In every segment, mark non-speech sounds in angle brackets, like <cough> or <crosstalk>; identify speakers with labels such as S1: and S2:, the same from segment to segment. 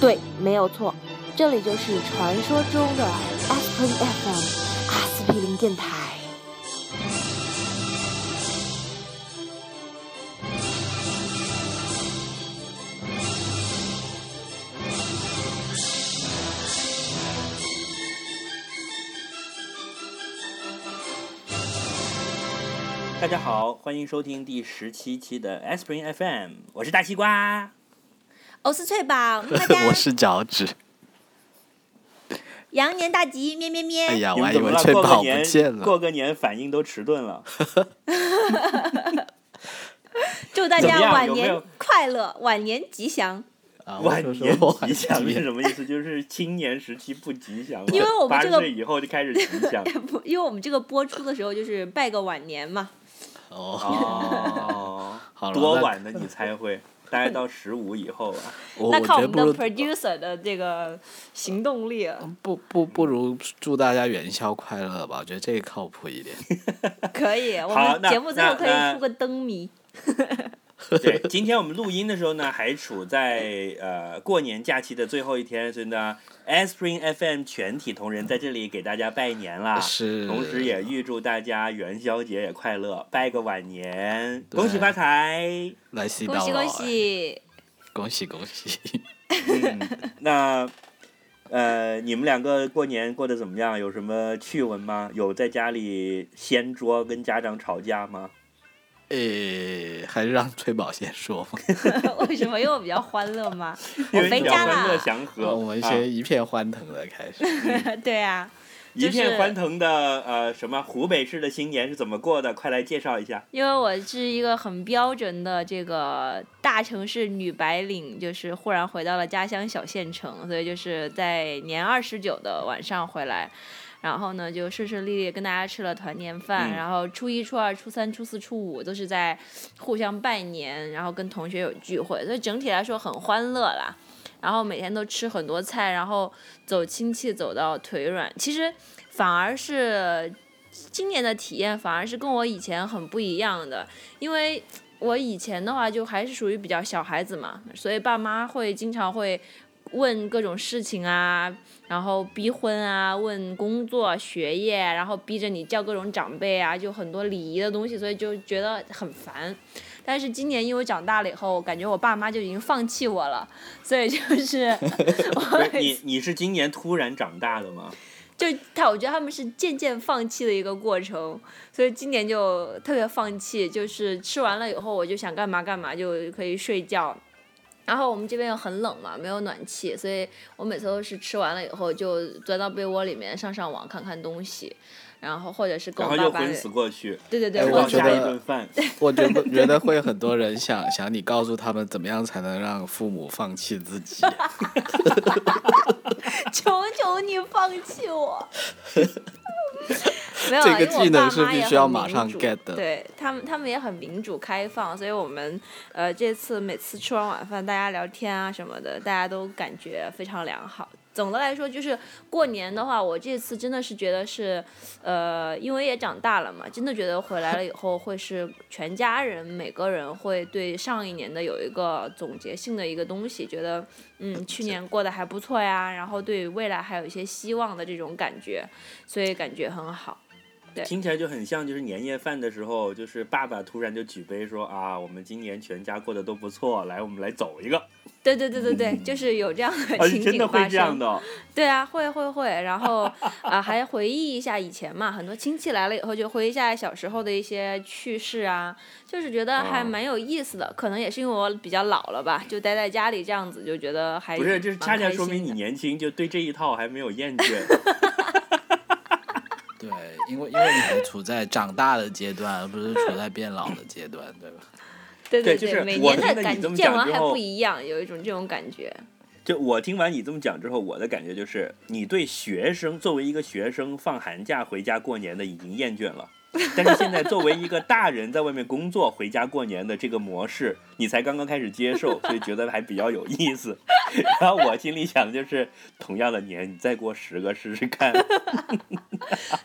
S1: 对，没有错，这里就是传说中的 Aspen FM 阿司匹林电台。
S2: 大家好，欢迎收听第十七期的 a s p r i n FM，我是大西瓜。
S3: 我是翠
S2: <laughs>
S3: 宝，大家
S4: 我是脚趾。
S3: 羊年大吉，咩咩咩！
S4: 哎呀，
S2: 你
S4: 我
S2: 们
S4: 还以
S2: 怎么
S4: 为
S2: 了？
S4: 翠
S2: 过个
S4: 宝不
S2: 年
S4: 见了。
S2: 过个年反应都迟钝了。
S3: 祝大
S2: 怎
S3: 家
S2: 么样
S3: 晚
S2: 有没有
S3: 年快乐，晚年吉祥。 <laughs>
S4: 啊我
S2: 晚
S4: 说
S2: 年
S4: 我晚
S2: 吉祥是
S4: 年
S2: 什么意
S4: <laughs>
S2: 思？就是青年时期不吉祥了，
S3: 因为我们
S2: 八
S3: 这
S2: 十
S3: 个
S2: 岁以后就开始吉
S4: <laughs>
S2: 祥。
S3: 不因为我们这个播出的时候就是拜个晚年嘛，
S4: 哦，
S2: <laughs> 哦，
S4: 好了
S2: 多
S4: 那
S2: 晚的你才会？大概到十五以后啊。 <laughs>
S4: 我
S3: 那
S4: 我
S3: 靠我
S4: 觉得
S3: 们
S4: 不
S3: 的
S4: 如
S3: producer 的这个行动
S2: <laughs>
S3: 力啊，
S4: 不不不如祝大家元宵快乐吧，我觉得这个靠谱一点。
S3: 可以。我
S2: 好
S3: 们
S2: 那
S3: 节目最后
S2: 那
S3: 可
S2: 那
S3: 以出个灯谜，
S2: 对，今天我们录音的时候呢，还处在呃过年假期的最后一天，所以呢 a s p r i n FM 全体同仁在这里给大家拜年啦，
S4: 是
S2: 啊同时也预祝大家元宵节也快乐，拜个晚年，
S4: 对
S2: 恭喜发财。
S4: 来西
S3: 恭
S4: 到
S3: 喜
S4: 老
S3: 恭
S4: 哎，
S3: 喜！ <laughs>
S4: 恭喜恭喜
S2: 嗯，那呃，你们两个过年过得怎么样？有什么趣闻吗？有在家里掀桌跟家长吵架吗？
S4: 诶，哎还是让翠宝先
S2: <laughs>
S4: 说吧，
S3: 为什么？因为我比较欢乐嘛， <laughs> 我
S2: 因为
S3: 回
S2: 你要
S3: 家
S2: 欢乐
S3: 啦。
S2: 祥和，
S4: 哦我们
S2: 啊
S4: 先一片欢腾的开始。 <laughs>
S3: 对啊，
S2: 一
S3: 就
S2: 片
S3: 是
S2: 欢腾的呃什么湖北市的新年是怎么过的？快来介绍一
S3: <laughs>
S2: 下。
S3: 因为我是一个很标准的这个大城市女白领，就是忽然回到了家乡小县城，所以就是在年二十九的晚上回来，然后呢就顺顺利利跟大家吃了团年饭，
S2: 嗯
S3: 然后初一、初二、初三、初四、初五都是在互相拜年，然后跟同学有聚会，所以整体来说很欢乐啦。然后每天都吃很多菜，然后走亲戚走到腿软，其实反而是今年的体验反而是跟我以前很不一样的，因为我以前的话就还是属于比较小孩子嘛，所以爸妈会经常会问各种事情啊，然后逼婚啊，问工作、学业，然后逼着你叫各种长辈啊，就很多礼仪的东西，所以就觉得很烦。但是今年因为我长大了以后，感觉我爸妈就已经放弃我了，所以就是
S2: 不是你你是今年突然长大的吗？
S3: 就他，我觉得他们是渐渐放弃的一个过程，所以今年就特别放弃，就是吃完了以后我就想干嘛干嘛，就可以睡觉。然后我们这边又很冷嘛，没有暖气，所以我每次都是吃完了以后就钻到被窝里面上上网看看东西，然后或者是跟
S2: 然
S3: 我
S2: 后就
S3: 爸爸
S2: 昏死过去，
S3: 对对对，
S4: 哎
S2: 直
S4: 我
S3: 或
S2: 到
S3: 者是
S4: 觉
S2: 下
S4: 得
S2: 一顿饭。
S4: 我觉得觉得会有很多人想想你告诉他们怎么样才能让父母放弃自己。啊
S3: 求求你放弃
S4: <laughs>
S3: 我。没有啊，因
S4: 这个
S3: 为我
S4: 技能
S3: 爸
S4: 是
S3: 妈
S4: 必
S3: 也
S4: 须要
S3: 很
S4: 马
S3: 民
S4: 上
S3: 主
S4: get 的
S3: 对他们，他们也很民主开放，所以我们呃这次每次吃完晚饭，大家聊天啊什么的，大家都感觉非常良好。总的来说，就是过年的话，我这次真的是觉得是，呃，因为也长大了嘛，真的觉得回来了以后会是全家人每个人会对上一年的有一个总结性的一个东西，觉得嗯，去年过得还不错呀，然后对未来还有一些希望的这种感觉，所以感觉很好。对
S2: 听起来就很像，就是年夜饭的时候，就是爸爸突然就举杯说啊，我们今年全家过得都不错，来，我们来走一个。
S3: 对对对对对，就是有这样
S2: <laughs> 啊，
S3: 的情
S2: 真的
S3: 景
S2: 会
S3: 发
S2: 这样
S3: 生。
S2: 的哦。
S3: <laughs> 对啊，会会会，然后啊还回忆一下以前嘛，很多亲戚来了以后就回忆一下小时候的一些趣事啊，就是觉得还
S2: 哦
S3: 蛮有意思的。可能也是因为我比较老了吧，就待在家里这样子，就觉得还
S2: 不是，就是
S3: 蛮
S2: 恰恰
S3: 开
S2: 说明
S3: 心
S2: 你
S3: 的
S2: 年轻，就对这一套还没有厌倦。
S4: 对，因为因为你还处在长大的阶段，而不是处在变老的阶段，
S2: <laughs>
S4: 对吧？
S3: 对
S2: 对
S3: 对
S2: 就是
S3: 每
S2: 我
S3: 年
S2: 听了
S3: 的
S2: 你
S3: 感
S2: 这么
S3: 见
S2: 讲
S3: 闻
S2: 之
S3: 还
S2: 后
S3: 不一样，有一种这种感觉。
S2: 就我听完你这么讲之后，我的感觉就是，你对学生作为一个学生放寒假回家过年的已经厌倦了，但是现在作为一个大人在外面工作回家过年的这个模式，你才刚刚开始接受，所以觉得还比较有意思。
S3: <laughs>
S2: 然后我心里想的就是，同样的年，你再过十个试试看。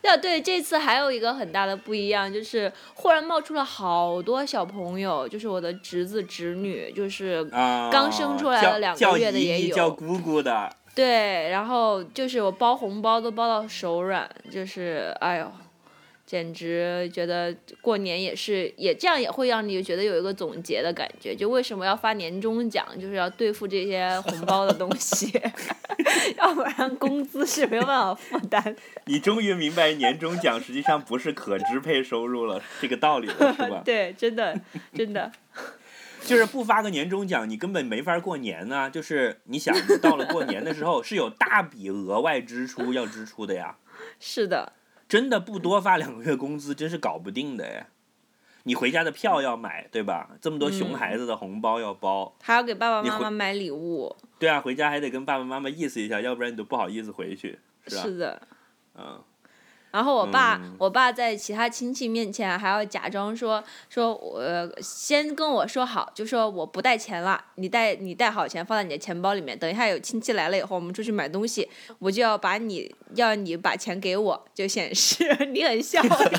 S3: 那对这次还有一个很大的不一样，就是忽然冒出了好多小朋友，就是我的侄子侄女，就是
S2: 啊，
S3: 刚生出来
S2: 叫
S3: 了两个
S2: 叫
S3: 月的
S2: 姨
S3: 也
S2: 姨
S3: 有
S2: 叫姑姑的，
S3: 对，然后就是我包红包都包到手软，就是哎呦，简直觉得过年也是也这样也会让你觉得有一个总结的感觉，就为什么要发年终奖，就是要对付这些红包的东西， <laughs> 要不然工资是没有办法负担的。？
S2: 你终于明白年终奖实际上不是可支配收入了这个道理了， <laughs> 是吧
S3: 对，真的真的，
S2: 就是不发个年终奖，你根本没法过年呐、就是你想，你到了过年的时候是有大笔额外支出要支出的呀，
S3: 是的，
S2: 真的不多发两个月工资，真是搞不定的哎。你回家的票要买，对吧？这么多熊孩子的红包要包，
S3: 还要给爸爸
S2: 你
S3: 妈
S2: 回
S3: 妈买礼物，
S2: 对啊，回家还得跟爸爸妈妈意思一下，要不然你就不好意思回去，是吧？
S3: 是的。
S2: 嗯，
S3: 然后我爸，
S2: 嗯
S3: 我爸在其他亲戚面前还要假装说说我、呃先跟我说好，就说我不带钱了，你带你带好钱放在你的钱包里面，等一下有亲戚来了以后，我们出去买东西，我就要把你要你把钱给我，就显示 <laughs> 你很孝顺。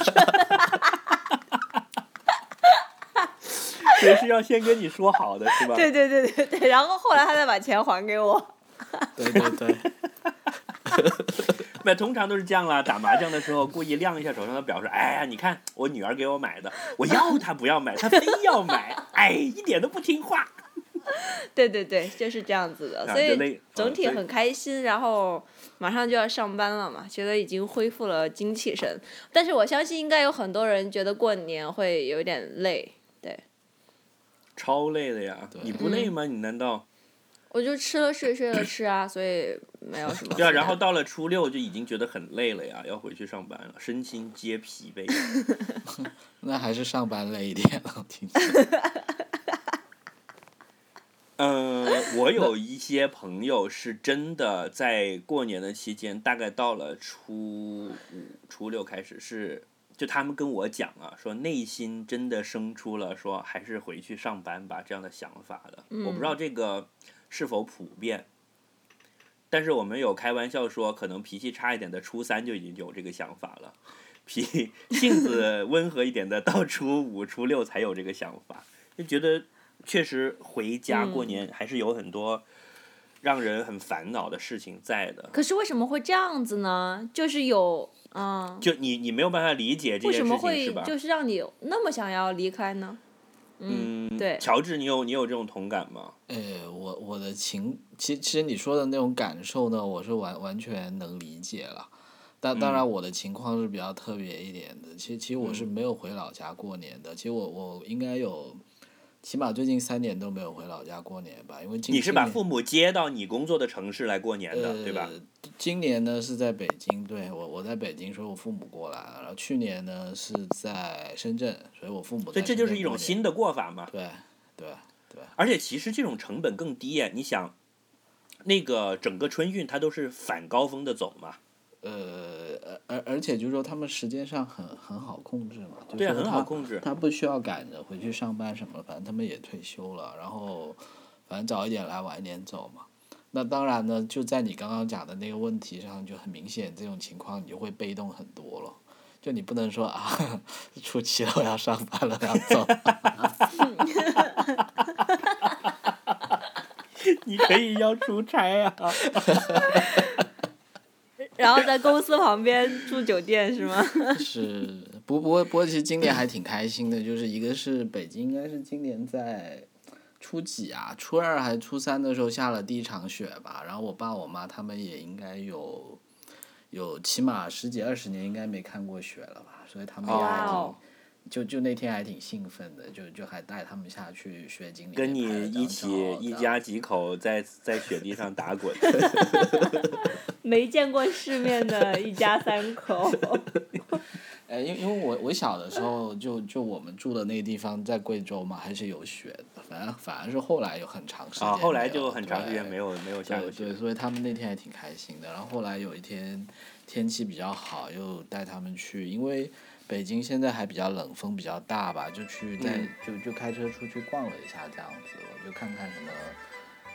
S2: 所以是要先跟你说好的，是吧？
S3: 对对对对对，然后后来他再把钱还给我。
S4: 对对对，
S2: 那通常都是这样啦，打麻将的时候故意亮一下手上的表，说：“哎呀，你看我女儿给我买的，我要她不要买，她非要买，哎，一点都不听话。
S3: 对对对，就是这样子的，
S2: 啊
S3: 所
S2: 就那
S3: 以
S2: 嗯
S3: 总体
S2: 所以
S3: 很开心。然后马上就要上班了嘛，觉得已经恢复了精气神。但是我相信应该有很多人觉得过年会有点累，”
S2: 超累的呀，你不累吗？你难道
S3: 我就吃了睡，睡了吃啊，所以没有什么
S2: <laughs>
S3: 负担。
S2: 对啊？
S3: <laughs>
S2: 然后到了初六就已经觉得很累了呀，要回去上班了，身心皆疲惫。
S4: 那还是上班累一点，我听起来。
S2: <laughs> 嗯，我有一些朋友是真的在过年的期间，大概到了初五、初六开始是，就他们跟我讲啊，说内心真的生出了说还是回去上班吧这样的想法的。我不知道这个是否普遍，但是我们有开玩笑说，可能脾气差一点的初三就已经有这个想法了，脾 <laughs> 性子温和一点的到初五、初六才有这个想法，就觉得确实回家
S3: 嗯
S2: 过年还是有很多让人很烦恼的事情在的。
S3: 可是为什么会这样子呢？就是有，嗯，
S2: 就你你没有办法理解这
S3: 为
S2: 件
S3: 什
S2: 事
S3: 么
S2: 情是
S3: 会
S2: 吧？
S3: 就是让你那么想要离开呢？嗯，对，
S2: 乔治，你有你有这种同感吗？
S4: 呃，我我的情，其其实你说的那种感受呢，我是完完全能理解了。但当
S2: 嗯
S4: 然，我的情况是比较特别一点的。其实其实我是没有回老家过年的。其实我我应该有，起码最近三年都没有回老家过年吧，因为今
S2: 你是把
S4: 今年
S2: 父母接到你工作的城市来过年的，
S4: 呃
S2: 对吧？
S4: 今年呢是在北京，对我我在北京，所以我父母过来了。然后去年呢是在深圳，所以我父母
S2: 所
S4: 在
S2: 以这
S4: 深圳过年。
S2: 就是一种新的过法嘛。
S4: 对对对，
S2: 而且其实这种成本更低耶，你想，那个整个春运它都是反高峰的走嘛，
S4: 呃，而而且就是说他们时间上很很好控制嘛，就是
S2: 对啊，
S4: 说
S2: 很
S4: 他
S2: 好控制。
S4: 他不需要赶着回去上班什么，反正他们也退休了，然后反正早一点来晚一点走嘛。那当然呢，就在你刚刚讲的那个问题上，就很明显这种情况你就会被动很多了。就你不能说啊， <laughs> 初七了我要上班了我要走，
S2: 你可以要出差啊，
S3: 然后在公司旁边住酒店是
S2: <laughs>
S3: 吗？
S4: 是不不过不过其实今年还挺开心的，就是一个是北京应该是今年在初几啊，初二还是初三的时候下了第一场雪吧，然后我爸我妈他们也应该有有起码十几二十年应该没看过雪了吧，所以他们也还
S3: 哇
S4: 挺、
S3: 哦
S4: 就就那天还挺兴奋的，就就还带他们下去雪景里
S2: 跟
S4: 面拍
S2: 你
S4: 了
S2: 一
S4: 张
S2: 起
S4: 照
S2: 一
S4: 然后
S2: 家几口在在雪地上打滚，
S3: 没见过世面的一家三
S2: <laughs>
S3: 口，
S4: 呃，因为因为我我小的时候就就我们住的那个地方在贵州嘛，还是有雪的，反正反而是后来有很长时间
S2: 啊，
S4: 没有，
S2: 后来就很长时间没
S4: 有
S2: 有没有下过
S4: 对
S2: 雪
S4: 对，。所以他们那天还挺开心的。然后后来有一天天气比较好，又带他们去，因为北京现在还比较冷，风比较大吧，就去在、
S2: 嗯
S4: 就就开车出去逛了一下这样子，我就看看什么。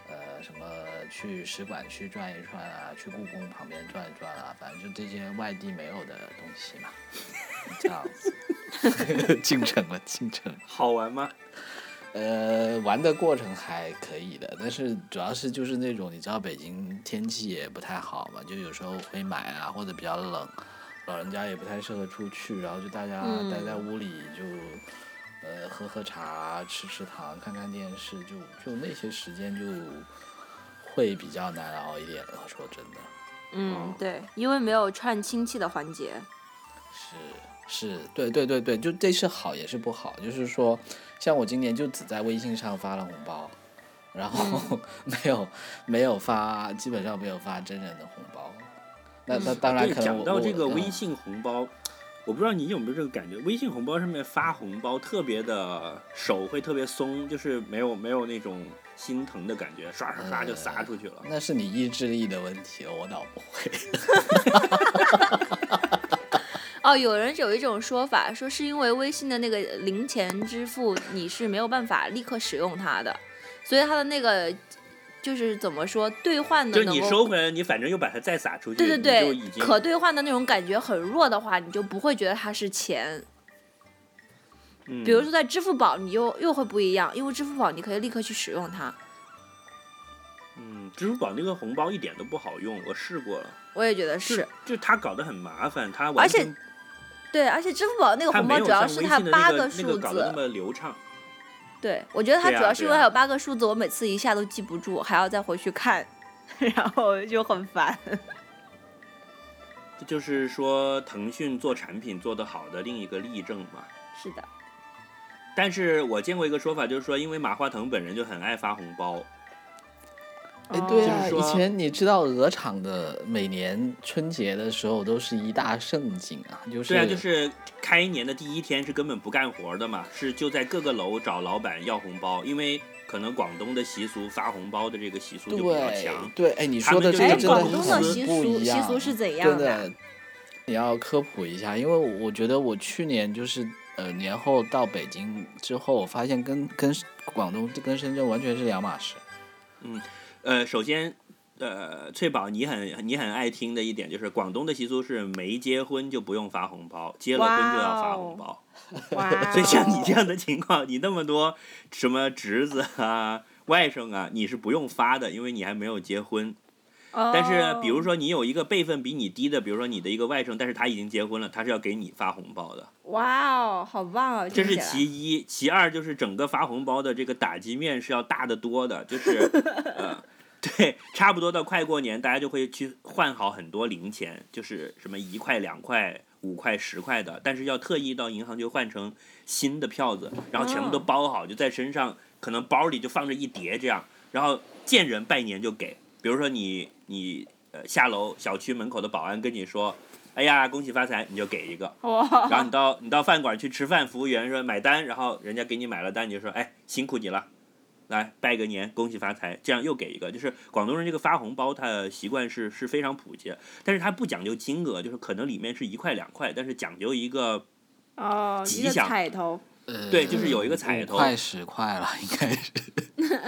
S4: 呃，什么去使馆区转一转啊，去故宫旁边转一转啊，反正就这些外地没有的东西嘛， <laughs> 这样子， <laughs> 进城了，进城了。
S2: 好玩吗？
S4: 呃，玩的过程还可以的，但是主要是就是那种你知道北京天气也不太好嘛，就有时候会霾啊，或者比较冷，老人家也不太适合出去，然后就大家
S3: 嗯
S4: 待在屋里就，呃，喝喝茶、吃吃糖、看看电视，就就那些时间就会比较难熬一点了。说真的，
S3: 嗯，对，因为没有串亲戚的环节。
S4: 是是，对对对对，就这是好也是不好，就是说，像我今年就只在微信上发了红包，然后 <laughs> 没有没有发，基本上没有发真人的红包。那那当然
S2: 对，
S4: 可能
S2: 讲
S4: 我
S2: 到
S4: 我
S2: 这个
S4: 嗯
S2: 微信红包，我不知道你有没有这个感觉，微信红包上面发红包特别的手会特别松，就是没有没有那种心疼的感觉，刷刷
S4: 嗯
S2: 刷就撒出去了。
S4: 那是你意志力的问题，我倒不会。
S3: 哦，有人有一种说法，说是因为微信的那个零钱支付，你是没有办法立刻使用它的，所以它的那个就是怎么说兑换
S2: 就
S3: 的
S2: 是
S3: 能
S2: 你
S3: 够
S2: 收回来，你反正又把它再撒出去，
S3: 对对
S2: 你就已
S3: 对，
S2: 经
S3: 可兑换的那种感觉很弱的话，你就不会觉得它是钱。
S2: 嗯
S3: 比如说在支付宝，你又又会不一样，因为支付宝你可以立刻去使用它。
S2: 嗯，支付宝那个红包一点都不好用，我试过了，
S3: 我也觉得，
S2: 就是就它搞得很麻烦，它完
S3: 而且
S2: 全
S3: 对，而且支付 <laughs> 宝那个
S2: 它
S3: 红
S2: 没
S3: 包
S2: 有
S3: 主
S2: 像
S3: 要
S2: 微
S3: 是
S2: 信
S3: 它
S2: 的
S3: 八
S2: 那个那
S3: 数
S2: 个搞得那
S3: 字，
S2: 么流畅。
S3: 对我觉得它
S2: 对
S3: 主
S2: 啊
S3: 要是因为
S2: 对啊
S3: 还有八个数字，我每次一下都记不住，还要再回去看， <laughs> 然后就很烦。
S2: 这就是说，腾讯做产品做得好的另一个例证嘛。
S3: 是的，
S2: 但是我见过一个说法，就是说，因为马化腾本人就很爱发红包，
S4: 哎，对
S2: 就是
S4: 啊，
S2: 说
S4: 以前你知道鹅厂的每年春节的时候都是一大盛景啊，就是
S2: 对啊，就是开年的第一天是根本不干活的嘛，是就在各个楼找老板要红包，因为可能广东的习俗发红包的这个习俗就比较
S4: 对
S2: 强。
S4: 对，哎，你
S2: 他
S4: 说
S2: 们就
S4: 的这
S2: 是
S4: 个
S3: 哎，
S2: 这种
S3: 广
S4: 真
S3: 东
S2: 的
S3: 的
S4: 是
S3: 习
S4: 不
S3: 俗
S4: 一
S3: 习
S4: 样，啊
S3: 俗是怎
S4: 真
S3: 样
S4: <laughs> 的？，你要科普一下，因为我觉得我去年就是呃年后到北京之后，我发现跟跟广东跟深圳完全是两码事。
S2: 呃，首先，呃，翠宝，你很你很爱听的一点就是，广东的习俗是没结婚就不用发红包，结了婚就要发红包。
S3: 哇哦
S2: 所以像你这样的情况，你那么多什么侄子啊、外甥啊，你是不用发的，因为你还没有结婚。
S3: 哦，
S2: 但是比如说你有一个辈分比你低的，比如说你的一个外甥，但是他已经结婚了，他是要给你发红包的，
S3: 哇哦，好棒哦！
S2: 这
S3: 听
S2: 是
S3: 起来
S2: 其一。其二就是整个发红包的这个打击面是要大得多的，就是
S3: <laughs>
S2: 呃。对，差不多到快过年，大家就会去换好很多零钱，就是什么一块、两块、五块、十块的，但是要特意到银行去换成新的票子，然后全部都
S3: 哦
S2: 包好，就在身上，可能包里就放着一叠这样，然后见人拜年就给。比如说你你呃下楼小区门口的保安跟你说，哎呀恭喜发财，你就给一个。
S3: 哇，哦
S2: 然后你到你到饭馆去吃饭，服务员说买单，然后人家给你买了单，你就说哎辛苦你了，来拜个年，恭喜发财，这样又给一个。就是广东人这个发红包，他的习惯是是非常普及，但是他不讲究金额，就是可能里面是一块两块，但是讲究一个
S3: 哦，
S2: 吉
S3: 一个
S2: 祥
S3: 彩头，
S4: 呃，
S2: 对就是有一个彩
S4: 五
S2: 头
S4: 块十块了，应该是。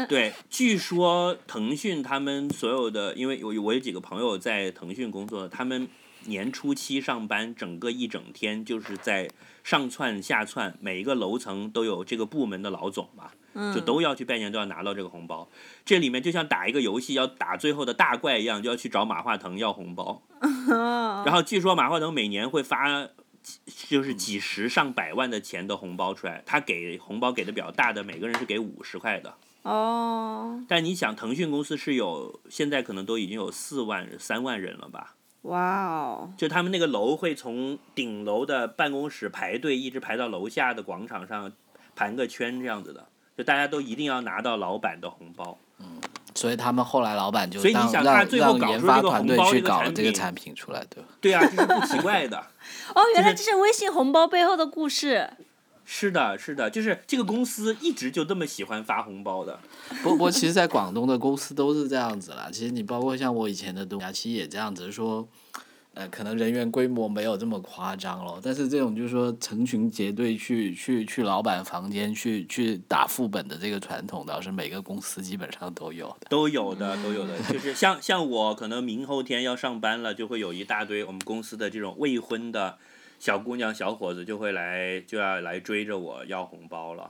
S2: 对，据说腾讯他们所有的，因为我我有几个朋友在腾讯工作，他们年初七上班，整个一整天就是在上窜下窜，每一个楼层都有这个部门的老总嘛，就
S3: 嗯
S2: 都要去拜年，都要拿到这个红包。这里面就像打一个游戏要打最后的大怪一样，就要去找马化腾要红包。然后据说马化腾每年会发。就是几十上百万的钱的红包出来，他给红包给的比较大的，每个人是给五十块的，
S3: 哦，
S2: 但你想，腾讯公司是有现在可能都已经有四万三万人了吧？
S3: 哇哦，
S2: 就他们那个楼会从顶楼的办公室排队，一直排到楼下的广场上盘个圈这样子的。就大家都一定要拿到老板的红包，
S4: 所以他们后来老板就
S2: 所以你
S4: 让
S2: 想他
S4: 让
S2: 最后
S4: 让
S2: 搞
S4: 研
S2: 出
S4: 发
S2: 这个
S4: 团
S2: 红
S4: 队
S2: 包
S4: 去
S2: 这个
S4: 搞了
S2: 产
S4: 这个
S2: 品
S4: 产品出来，对吧？
S2: 对啊，这是不奇怪的。
S3: 哦，原来
S2: 就
S3: 这是微信红包背后的故事。
S2: 是的，是的，就是这个公司一直就这么喜欢发红包的。
S4: 不不过，其实，在广东的公司都是这样子啦。其实你包括像我以前的东家，其实也这样，只是说呃，可能人员规模没有这么夸张咯，但是这种就是说成群结队去去去老板房间去去打副本的这个传统，倒是每个公司基本上都有的。
S2: 都有的，都有的，就是像像我可能明后天要上班了，就会有一大堆我们公司的这种未婚的小姑娘、小伙子就会来，就要来追着我要红包了。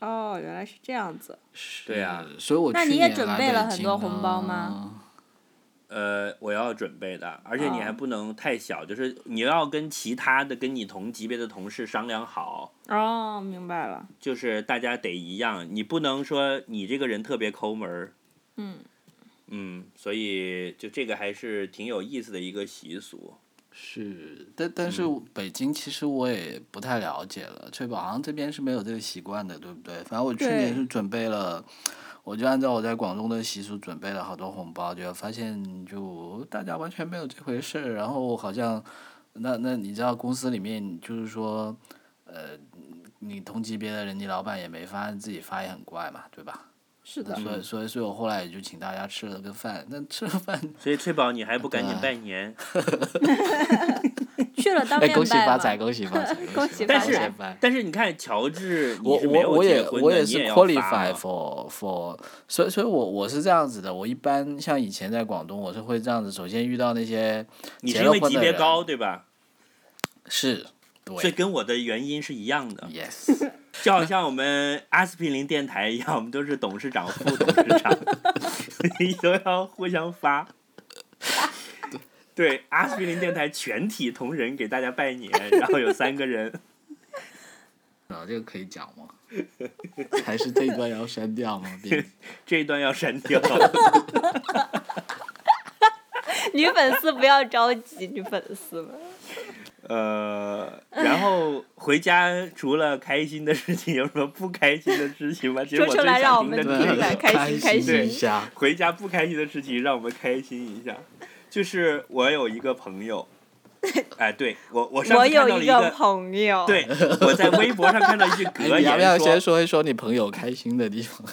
S5: 哦，原来是这样子。
S2: 对啊
S4: 是，所以我
S5: 那
S4: 去
S5: 你也
S4: 年
S5: 准
S4: 来
S5: 备
S4: 北
S5: 了很
S4: 京
S5: 多红包
S4: 啊
S5: 吗？
S2: 呃，我要准备的，而且你
S5: 哦
S2: 还不能太小，就是你要跟其他的跟你同级别的同事商量好，
S5: 哦，明白了。
S2: 就是大家得一样，你不能说你这个人特别抠门儿。
S5: 嗯
S2: 嗯，所以就这个还是挺有意思的一个习俗。
S4: 是，但但是北京其实我也不太了解了，翠宝好像这边是没有这个习惯的，对不对？反正我去
S5: 对
S4: 年是准备了，我就按照我在广东的习俗准备了好多红包，就发现就大家完全没有这回事儿，然后好像那那你知道公司里面就是说，呃，你同级别的人，你老板也没发，自己发也很怪嘛，对吧？
S5: 是的，
S4: 所以所以所以我后来也就请大家吃了个饭，那吃了饭，
S2: 所以翠宝，你还不赶紧
S4: 对
S2: 拜年？
S5: 去了当
S4: 哎，
S5: 面
S4: 恭喜
S5: 拜
S4: 发
S5: 嘛
S4: 财，恭喜发财，
S5: <laughs> 恭喜
S4: 喜
S5: 发
S4: 发
S2: 财
S4: 发财
S2: 但是你看乔治，你
S4: 我
S2: 是没
S4: 我
S2: 有
S4: 我
S2: 结
S4: 也
S2: 婚
S4: 我
S2: 的
S4: 也
S2: 你
S4: 是
S2: 要发
S4: qualify
S2: 吗
S4: for for，所以所以我我是这样子的，我一般像以前在广东，我是会这样子，首先遇到那些
S2: 你
S4: 结
S2: 是因
S4: 了
S2: 为
S4: 婚
S2: 级
S4: 的
S2: 别
S4: 人
S2: 高对吧？
S4: 是，
S2: 所以
S4: 对
S2: 跟我的原因是一样的，
S4: ，yes， <laughs>
S2: 就好像我们阿司匹林电台一样，我们都是董事长、副董事
S4: <laughs>
S2: 长，所以都要互相发。对，阿司匹林电台全体同仁给大家拜年，然后有三个人，
S4: 然后啊这个可以讲吗？还是这一段要删掉吗？
S2: <laughs>
S4: 别
S2: 这一段要删掉。 <laughs>
S5: 女粉丝不要着急，女粉丝们。
S2: 呃，然后回家除了开心的事情，有什么不开心的事情吗？其实
S5: 说
S2: 我
S5: 出
S2: 最
S5: 来让我
S2: 想听
S5: 们
S2: 的
S5: 听一
S2: 是这
S5: 下
S2: 个。
S5: 开心开
S4: 心一
S2: 心
S4: 下，
S2: 回家不开心的事情，让我们开心一下。就是我有一个朋友，
S5: <laughs>
S2: 哎，对我我上
S5: 我
S2: 次看到
S5: 有
S2: 了
S5: 一
S2: 一
S5: 个
S2: 个，
S5: 朋友，，
S2: <laughs> 对我在微博上看到一句格
S4: <laughs> 哎你要不要
S2: 言
S4: 先
S2: 说，
S4: 说一说你朋友开心的地方？ <laughs>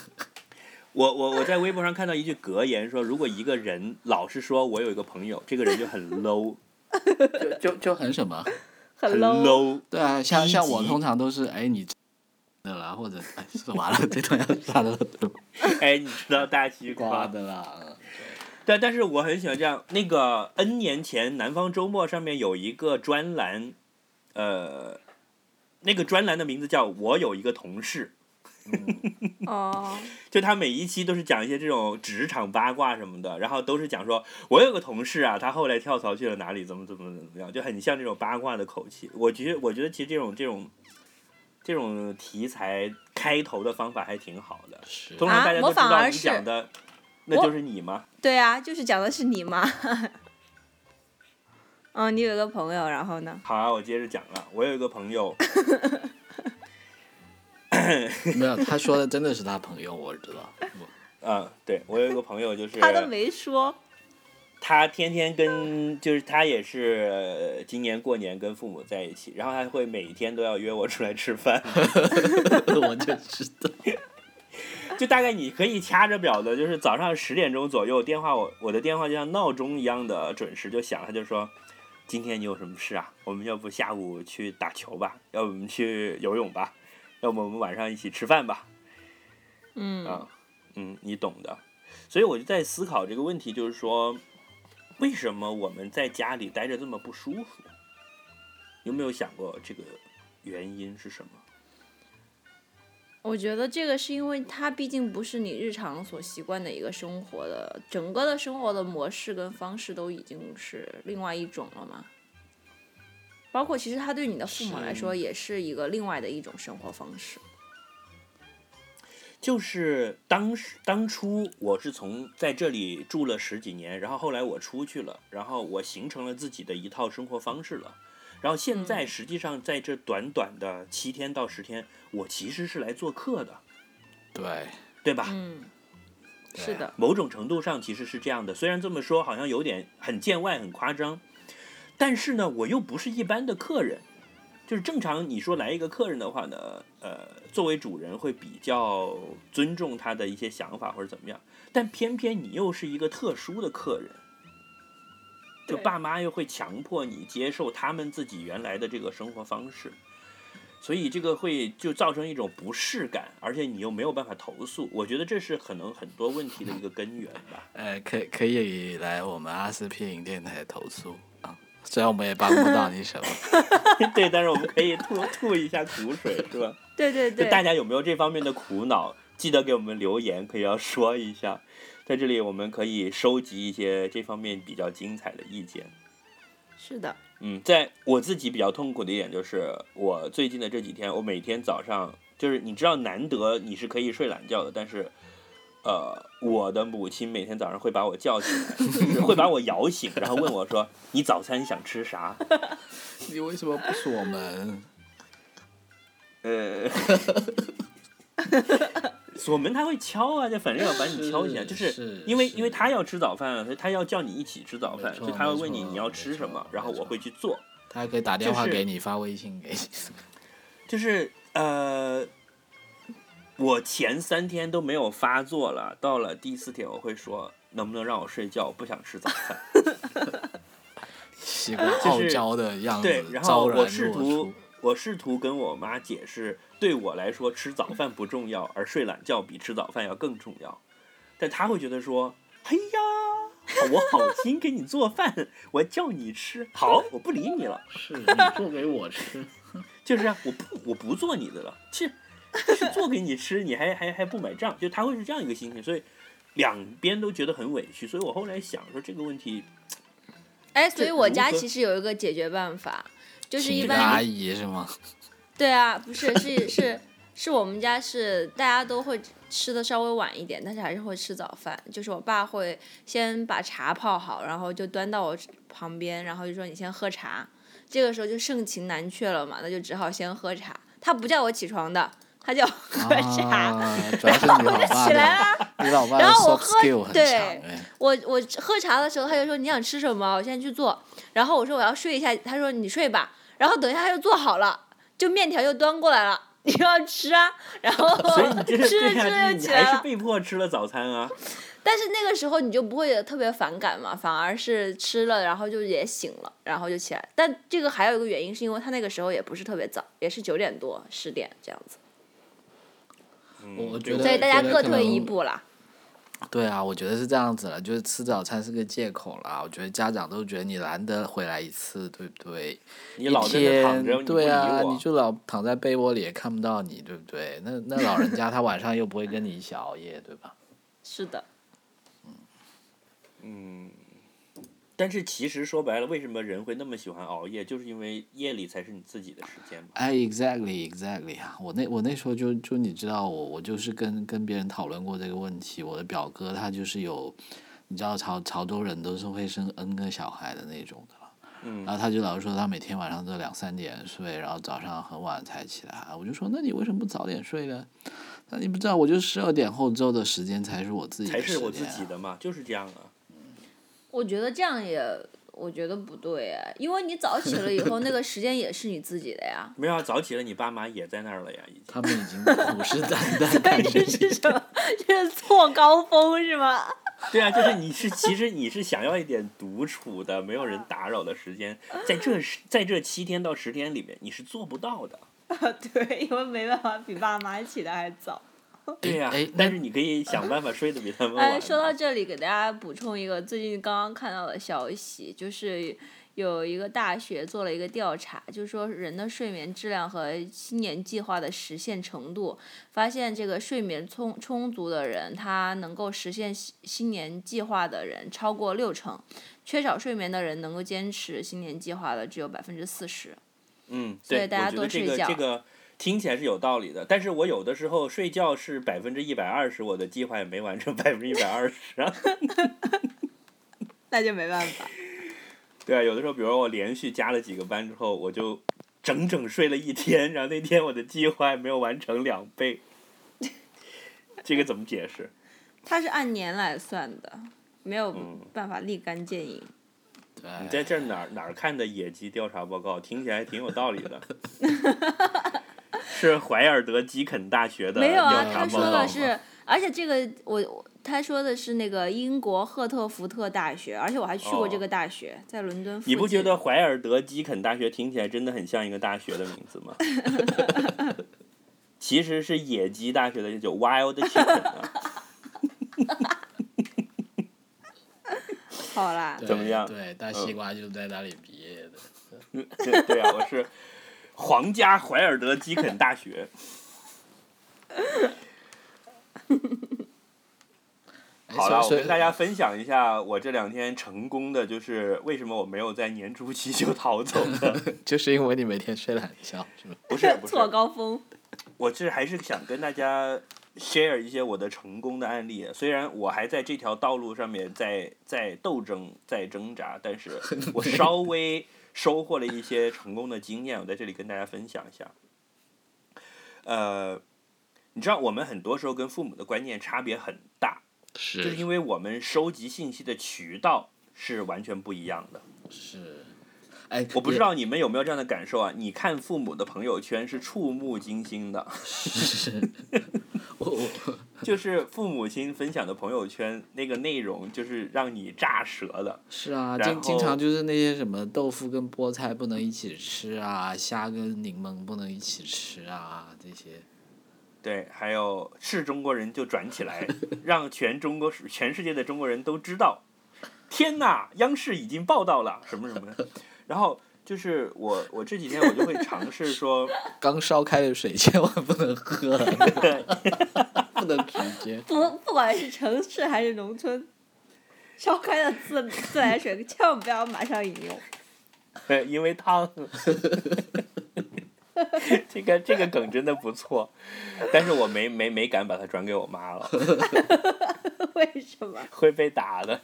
S2: 我我我在微博上看到一句格言说，如果一个人老是说我有一个朋友，这个人
S5: <laughs>
S2: 就很 low，
S4: 就就就很什么？
S5: 很
S2: 很
S5: low。
S2: low。
S4: 对啊，像像我
S2: 低级
S4: 通常都是哎你的啦，或者哎是完了， <laughs> 这段要
S2: <laughs>
S4: 删了，
S2: 哎，你知道大西瓜
S4: 挂的啦。嗯
S2: 但但是我很喜欢这样。那个 N 年前《南方周末》上面有一个专栏，呃，那个专栏的名字叫“我有一个同事”。
S5: 哦，
S2: 就他每一期都是讲一些这种职场八卦什么的，然后都是讲说，我有个同事啊，他后来跳槽去了哪里，怎么怎么怎么样，就很像这种八卦的口气。我觉得，我觉得其实这种这种这种题材开头的方法还挺好的。
S4: 是
S2: 通常大家
S5: 啊
S2: 都
S5: 我
S2: 知
S5: 反
S2: 道
S5: 而
S2: 你
S5: 是
S2: 讲的，那
S5: 我
S2: 就是你吗？
S5: 对啊，就是讲的是你嘛。
S3: <laughs>
S5: 嗯，你有一个朋友，然后呢？
S2: 好啊，我接着讲了。我有一个
S5: <laughs>
S2: 朋友，
S4: <laughs> 没有，他说的真的是他朋友，我知道。我
S2: 嗯，对我有一个朋友，就是
S5: 他都没说。
S2: 他天天跟，就是他也是呃今年过年跟父母在一起，然后还会每天都要约我出来吃饭。
S4: 我 <laughs> 就知道，
S2: 就大概你可以掐着表的，就是早上十点钟左右，电话我我的电话就像闹钟一样的准时就响，他就说，今天你有什么事啊？我们要不下午去打球吧？要不我们去游泳吧？要不我们晚上一起吃饭吧？
S5: 嗯，
S2: 啊，嗯，你懂的。所以我就在思考这个问题，就是说，为什么我们在家里待着这么不舒服？有没有想过这个原因是什么？
S3: 我觉得这个是因为它毕竟不是你日常所习惯的一个生活的，整个的生活的模式跟方式都已经是另外一种了嘛。包括其实它对你的父母来说也是一个另外的一种生活方式。
S2: 就是当时当初我是从在这里住了十几年，然后后来我出去了，然后我形成了自己的一套生活方式了。然后现在实际上在这短短的七天到十天，我其实是来做客的，
S4: 对，
S2: 对吧？
S3: 嗯，是的，
S2: 某种程度上其实是这样的。虽然这么说好像有点很见外、很夸张，但是呢，我又不是一般的客人。就是正常你说来一个客人的话呢，呃，作为主人会比较尊重他的一些想法或者怎么样，但偏偏你又是一个特殊的客人，就爸妈又会强迫你接受他们自己原来的这个生活方式，所以这个会就造成一种不适感，而且你又没有办法投诉。我觉得这是可能很多问题的一个根源吧。 <laughs>
S4: 呃，可可以来我们阿司匹林电台投诉啊，虽然我们也帮不到你什么。 <laughs>
S2: 对，但是我们可以吐吐一下苦水，是吧？
S3: 对对
S2: 啊就
S3: 对，
S2: 大家有没有这方面的苦恼，记得给我们留言，可以要说一下。在这里，我们可以收集一些这方面比较精彩的意见。
S3: 是的，
S2: 嗯，在我自己比较痛苦的一点就是，我最近的这几天，我每天早上就是你知道，难得你是可以睡懒觉的，但是，呃，我的母亲每天早上会把我叫起来， <laughs> 就是会把我摇醒，然后问我说：“你早餐想吃啥
S4: 你为什么不说我们？？”
S2: 呃， <laughs> 锁门他会敲啊，就反正要把你敲起
S4: <laughs>
S2: 来，就是是因为
S4: 是
S2: 因为他要吃早饭，所以他要叫你一起吃早饭，
S4: 没
S2: 所
S4: 错
S2: 以他会问
S4: 没
S2: 你
S4: 错
S2: 你要吃
S4: 没错
S2: 什么，然后
S4: 没
S2: 我
S4: 错
S2: 会去做。
S4: 他还可以打电话
S2: 就是
S4: 给你，发微信给你。
S2: 就是呃，我前三天都没有发作了，到了第四天我会说，能不能让我睡觉？我不想吃早饭。
S4: 习惯
S2: 就
S4: 傲
S2: 是
S4: 娇的样子，
S2: 对，然后
S4: 昭然
S2: 我试
S4: 若
S2: 图
S4: 出。
S2: 我试图跟我妈解释，对我来说吃早饭不重要，而睡懒觉比吃早饭要更重要。但她会觉得说，嘿呀，我好心给你做饭，我叫你吃，好，我不理你了。
S4: 是你做给我吃，
S2: 就是这样，我不我不做你的了，是是做给你吃，你还还还不买账，就他会是这样一个心情，所以两边都觉得很委屈，所以我后来想说这个问题，
S3: 哎，所以
S2: 这
S3: 我
S2: 如
S3: 家
S2: 何
S3: 其实有一个解决办法，就是
S4: 请
S3: 一
S4: 个阿
S3: 般
S4: 姨是
S3: <laughs>
S4: 吗？
S3: 对啊，不是是是是我们家是大家都会吃的稍微晚一点，但是还是会吃早饭。就是我爸会先把茶泡好，然后就端到我旁边，然后就说你先喝茶。这个时候就盛情难却了嘛，那就只好先喝茶。他不叫我起床的，他叫我喝茶。
S4: 啊，主要
S3: <laughs>
S4: 是你老爸
S3: 起来
S4: 的，你老爸的
S3: 然后我
S4: soft
S3: 喝
S4: skill 很强
S3: 对
S4: 哎。
S3: 我我喝茶的时候，他就说你想吃什么，我现在去做。然后我说我要睡一下，他说你睡吧。然后等一下他就做好了，就面条就端过来了，你要吃啊。然后
S2: 所以你这
S3: 吃
S2: 哦是对呀，
S3: 着吃着就
S2: 你
S3: 起
S2: 还
S3: 来
S2: 是
S3: 了。
S2: 被迫吃了早餐啊，
S3: 但是那个时候你就不会特别反感嘛，反而是吃了，然后就也醒了，然后就起来。但这个还有一个原因，是因为他那个时候也不是特别早，也是九点多十点这样子，
S2: 嗯
S4: 我
S2: 对
S4: 觉得
S3: 所以大家
S4: 对
S3: 各
S4: 可能
S3: 退一步啦。
S4: 对啊，我觉得是这样子了，就是吃早餐是个借口啦。我觉得家长都觉得你难得回来一次，对不对？
S2: 你老
S4: 一
S2: 在那躺着，
S4: 天
S2: 你不理
S4: 对啊，
S2: 我
S4: 你就老躺在被窝里也看不到你，对不对？那那老人家他晚上又不会跟你一起熬夜，对吧？
S3: 是的，
S2: 嗯。但是其实说白了，为什么人会那么喜欢熬夜，就是因为夜里才是你自己的时间嘛。
S4: 哎，exactly exactly 啊！我那我那时候就就你知道我我就是跟跟别人讨论过这个问题。我的表哥他就是有，你知道潮潮州人都是会生 N 个小孩的那种的了。
S2: 嗯
S4: 然后他就老是说他每天晚上都两三点睡，然后早上很晚才起来。我就说那你为什么不早点睡呢？那你不知道我就十二点后之后的时间才是我自己的
S2: 才
S4: 时
S2: 是
S4: 间、啊。
S2: 我自己的嘛，就是这样啊。
S3: 我觉得这样也我觉得不对哎，因为你早起了以后，那个时间也是你自己的呀。
S5: <laughs>
S2: 没有啊早起了，你爸妈也在那儿了呀，已经。
S4: 他们已经虎视眈
S5: <laughs>
S4: 眈看着
S5: 这
S4: 你。
S5: 是什么？这是错高峰是
S3: <laughs>
S5: 吗？
S2: 对啊，就是你是其实你是想要一点独处的、没有人打扰的时间，在这十在这七天到十天里面，你是做不到的。
S5: 对，因为没办法，比爸妈起的还早。
S2: 对呀、
S4: 哎哎
S2: 但是你可以想办法睡得比他们晚嘛。
S3: 哎，说到这里，给大家补充一个最近刚刚看到的消息，就是有一个大学做了一个调查，就是说人的睡眠质量和新年计划的实现程度，发现这个睡眠充充足的人，他能够实现新新年计划的人超过六成，缺少睡眠的人能够坚持新年计划的只有百分之四十。
S2: 嗯，
S3: 所以
S2: 对，我
S3: 大家
S2: 觉得
S3: 多
S2: 这
S3: 睡
S2: 个
S3: 觉
S2: 这个听起来是有道理的，但是我有的时候睡觉是百分之一百二十，我的计划也没完成百分之一百二十啊。 <laughs>
S5: 那就没办法。
S2: 对啊，有的时候，比如我连续加了几个班之后，我就整整睡了一天，然后那天我的计划也没有完成两倍，这个怎么解释？
S3: 它是按年来算的，没有
S2: 嗯
S3: 办法立竿见影。
S2: 你
S4: 对
S2: 在这儿哪儿哪儿看的野鸡调查报告？听起来挺有道理的。 <laughs> 是怀尔德基肯大学的
S3: 没有啊，啊
S2: 调查报
S3: 他
S5: 啊
S3: 说
S2: 告
S3: 的
S2: 吗
S3: 是，而且这个我我他说的是那个英国赫特福特大学，而且我还去过
S2: 哦
S3: 这个大学，在伦敦附近。
S2: 你不觉得怀尔德基肯大学听起来真的很像一个大学的名字
S4: <laughs>
S2: 吗？其实是野鸡大学的，就 Wild Chicken 啊。
S3: 好啦？
S2: 怎么
S4: 对
S2: 样嗯
S4: 对，大西瓜就在那里毕业的。
S2: 对对啊，我是皇家怀尔德基肯大学。
S4: 哎
S2: 好了，我
S4: 所以
S2: 跟大家分享一下我这两天成功的，就是为什么我没有在年初七就逃走了。
S4: 就是因为你每天睡懒觉，是吧？
S2: 不是不是，
S5: 错高峰，
S2: 我这还是想跟大家 share 一些我的成功的案例。虽然我还在这条道路上面在在斗争、在挣扎，但是我稍微收获了一些成功的经验，我在这里跟大家分享一下。呃，你知道，我们很多时候跟父母的观念差别很大，就是是因为我们收集信息的渠道是完全不一样的。
S4: 是，哎，
S2: 我不
S4: 也
S2: 知道你们有没有这样的感受啊？你看父母的朋友圈是触目惊心的。
S4: 是，我我
S2: <laughs> 就是父母亲分享的朋友圈那个内容，就是让你炸舌的。
S4: 是啊，
S2: 然
S4: 经经常
S2: 后
S4: 就是那些什么豆腐跟菠菜不能一起吃啊，虾跟柠檬不能一起吃啊，这些
S2: 对，还有是中国人就转起来，让全中国、全世界的中国人都知道。天呐，央视已经报道了什么什么的。然后就是我，我这几天我就会尝试说，
S4: 刚烧开的水 <laughs> 千万不
S2: <laughs>
S4: 能喝，不能直接。
S5: 不不管是城市还是农村，烧开的自自来水千万不要马上饮用。 <laughs>
S2: 呃因为烫。这个这个梗真的不错，但是我没没没敢把它转给我妈了。
S5: 为什么？
S2: 会被打的。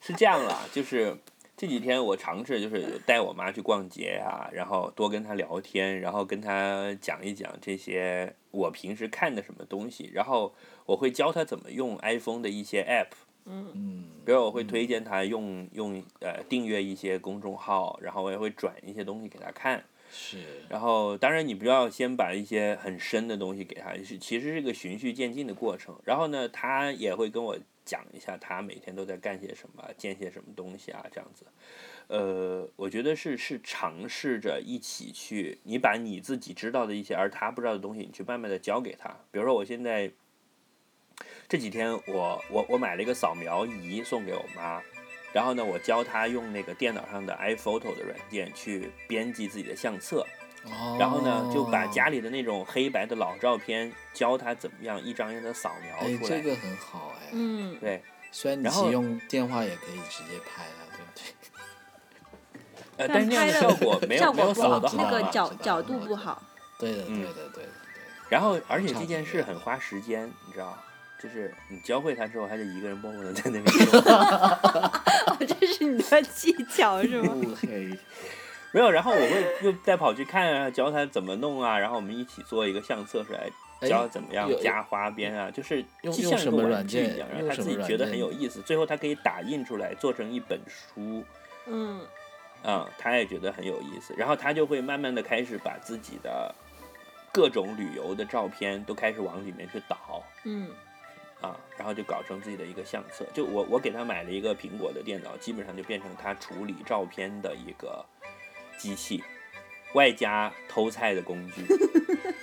S2: 是这样啦，就是这几天我尝试就是带我妈去逛街啊，然后多跟她聊天，然后跟她讲一讲这些我平时看的什么东西，然后我会教她怎么用 iPhone 的一些 app。
S4: 嗯，
S2: 比如我会推荐她用用呃订阅一些公众号，然后我也会转一些东西给她看，
S4: 是
S2: 然后，当然你不要先把一些很深的东西给他，是其实是个循序渐进的过程。然后呢，他也会跟我讲一下他每天都在干些什么，见些什么东西啊，这样子。呃，我觉得是是尝试着一起去，你把你自己知道的一些，而他不知道的东西，你去慢慢的教给他。比如说，我现在这几天我我我买了一个扫描仪送给我妈，然后呢，我教她用那个电脑上的 iPhoto 的软件去编辑自己的相册。然后呢，就把家
S4: 里
S2: 里的那种黑白的老照片，教他怎么样一张一张的扫描
S4: 哎，
S2: 出来。
S4: 这个很好哎。
S5: 嗯，
S2: 对，
S4: 虽然你
S2: 然
S4: 其实
S2: 后
S4: 用电话也可以直接拍啊，对不对？
S2: 呃，
S5: 但
S2: 但是那样的
S5: 拍
S2: 效
S5: 了
S2: 果没
S3: 效
S2: 有没
S3: 果
S2: 有
S3: 不
S2: 扫
S3: 好
S2: 的嗯
S4: 知道
S2: 好啊
S3: 那个
S2: 嘛。
S3: 角
S4: 知道
S3: 角度
S4: 我
S3: 不
S4: 知
S3: 好。
S4: 对的，
S2: 嗯
S4: 对的，对的，对
S2: 然后，而且
S4: 差
S2: 这件
S4: 别
S2: 事很花时间，你知道，就是你教会他之后，他就一个人默默的在那边用。
S5: 哦这是你的技巧是吗？
S4: 的。
S2: <laughs>
S4: 不黑。
S2: <laughs> 没有，然后我会又再跑去看啊，教他怎么弄啊，然后我们一起做一个相册出来，
S4: 哎
S2: 教他怎么样
S4: 有
S2: 加花边啊，就是
S4: 用
S2: 既
S4: 用
S2: 像一
S4: 什
S2: 个
S4: 么
S2: 玩
S4: 软
S2: 具一
S4: 件
S2: 样，让
S4: 用
S2: 他
S4: 什
S2: 自
S4: 么
S2: 己
S4: 软
S2: 觉得很
S4: 件
S2: 有意思，最后他可以打印出来做成一本书。
S5: 嗯，
S2: 嗯，他也觉得很有意思，然后他就会慢慢的开始把自己的各种旅游的照片都开始往里面去导，
S5: 嗯，
S2: 啊，然后就搞成自己的一个相册。就我我给他买了一个苹果的电脑，基本上就变成他处理照片的一个机器，外加偷菜的工具。 <laughs>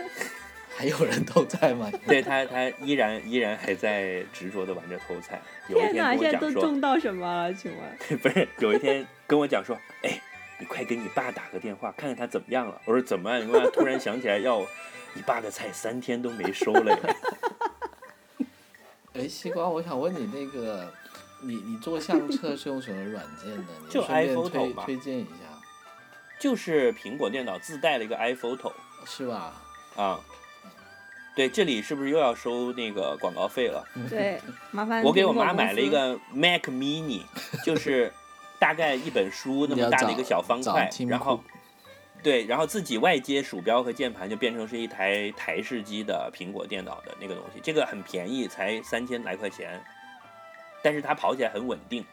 S4: 还有人都在吗？
S2: 对他他依然依然还在执着的玩着偷菜。有一
S5: 天
S2: 天
S5: 哪，
S2: 跟我
S5: 现在都
S2: 讲说，
S5: 种到什么了？请问？
S2: <laughs> 不是有一天跟我讲说，哎，你快给你爸打个电话，看看他怎么样了。我说怎么啊样？你妈突然想起来要你爸的菜三天都没收了呀。
S4: 哎，西瓜，我想问你那个，你你做相册是用什么软件的？
S2: <laughs>
S4: 你
S2: 就
S4: 顺便
S2: iPhoto
S4: 推
S2: 嘛
S4: 推荐一下，
S2: 就是苹果电脑自带了一个 iPhoto
S4: 是吧？
S2: 啊。对，这里是不是又要收那个广告费了？
S5: 对，麻烦
S2: 我给
S5: 苹
S2: 我
S5: 果
S2: 妈
S5: 公
S2: 买了
S5: 司
S2: 一个 Mac Mini，就是大概一本书那么
S4: 你要
S2: 大的
S4: 找
S2: 一个小方
S4: 找
S2: 块
S4: Tim，
S2: 然后
S4: Cook
S2: 对，然后自己外接鼠标和键盘，就变成是一台台式机的苹果电脑的那个东西。这个很便宜，才三千来块钱，但是它跑起来很稳定，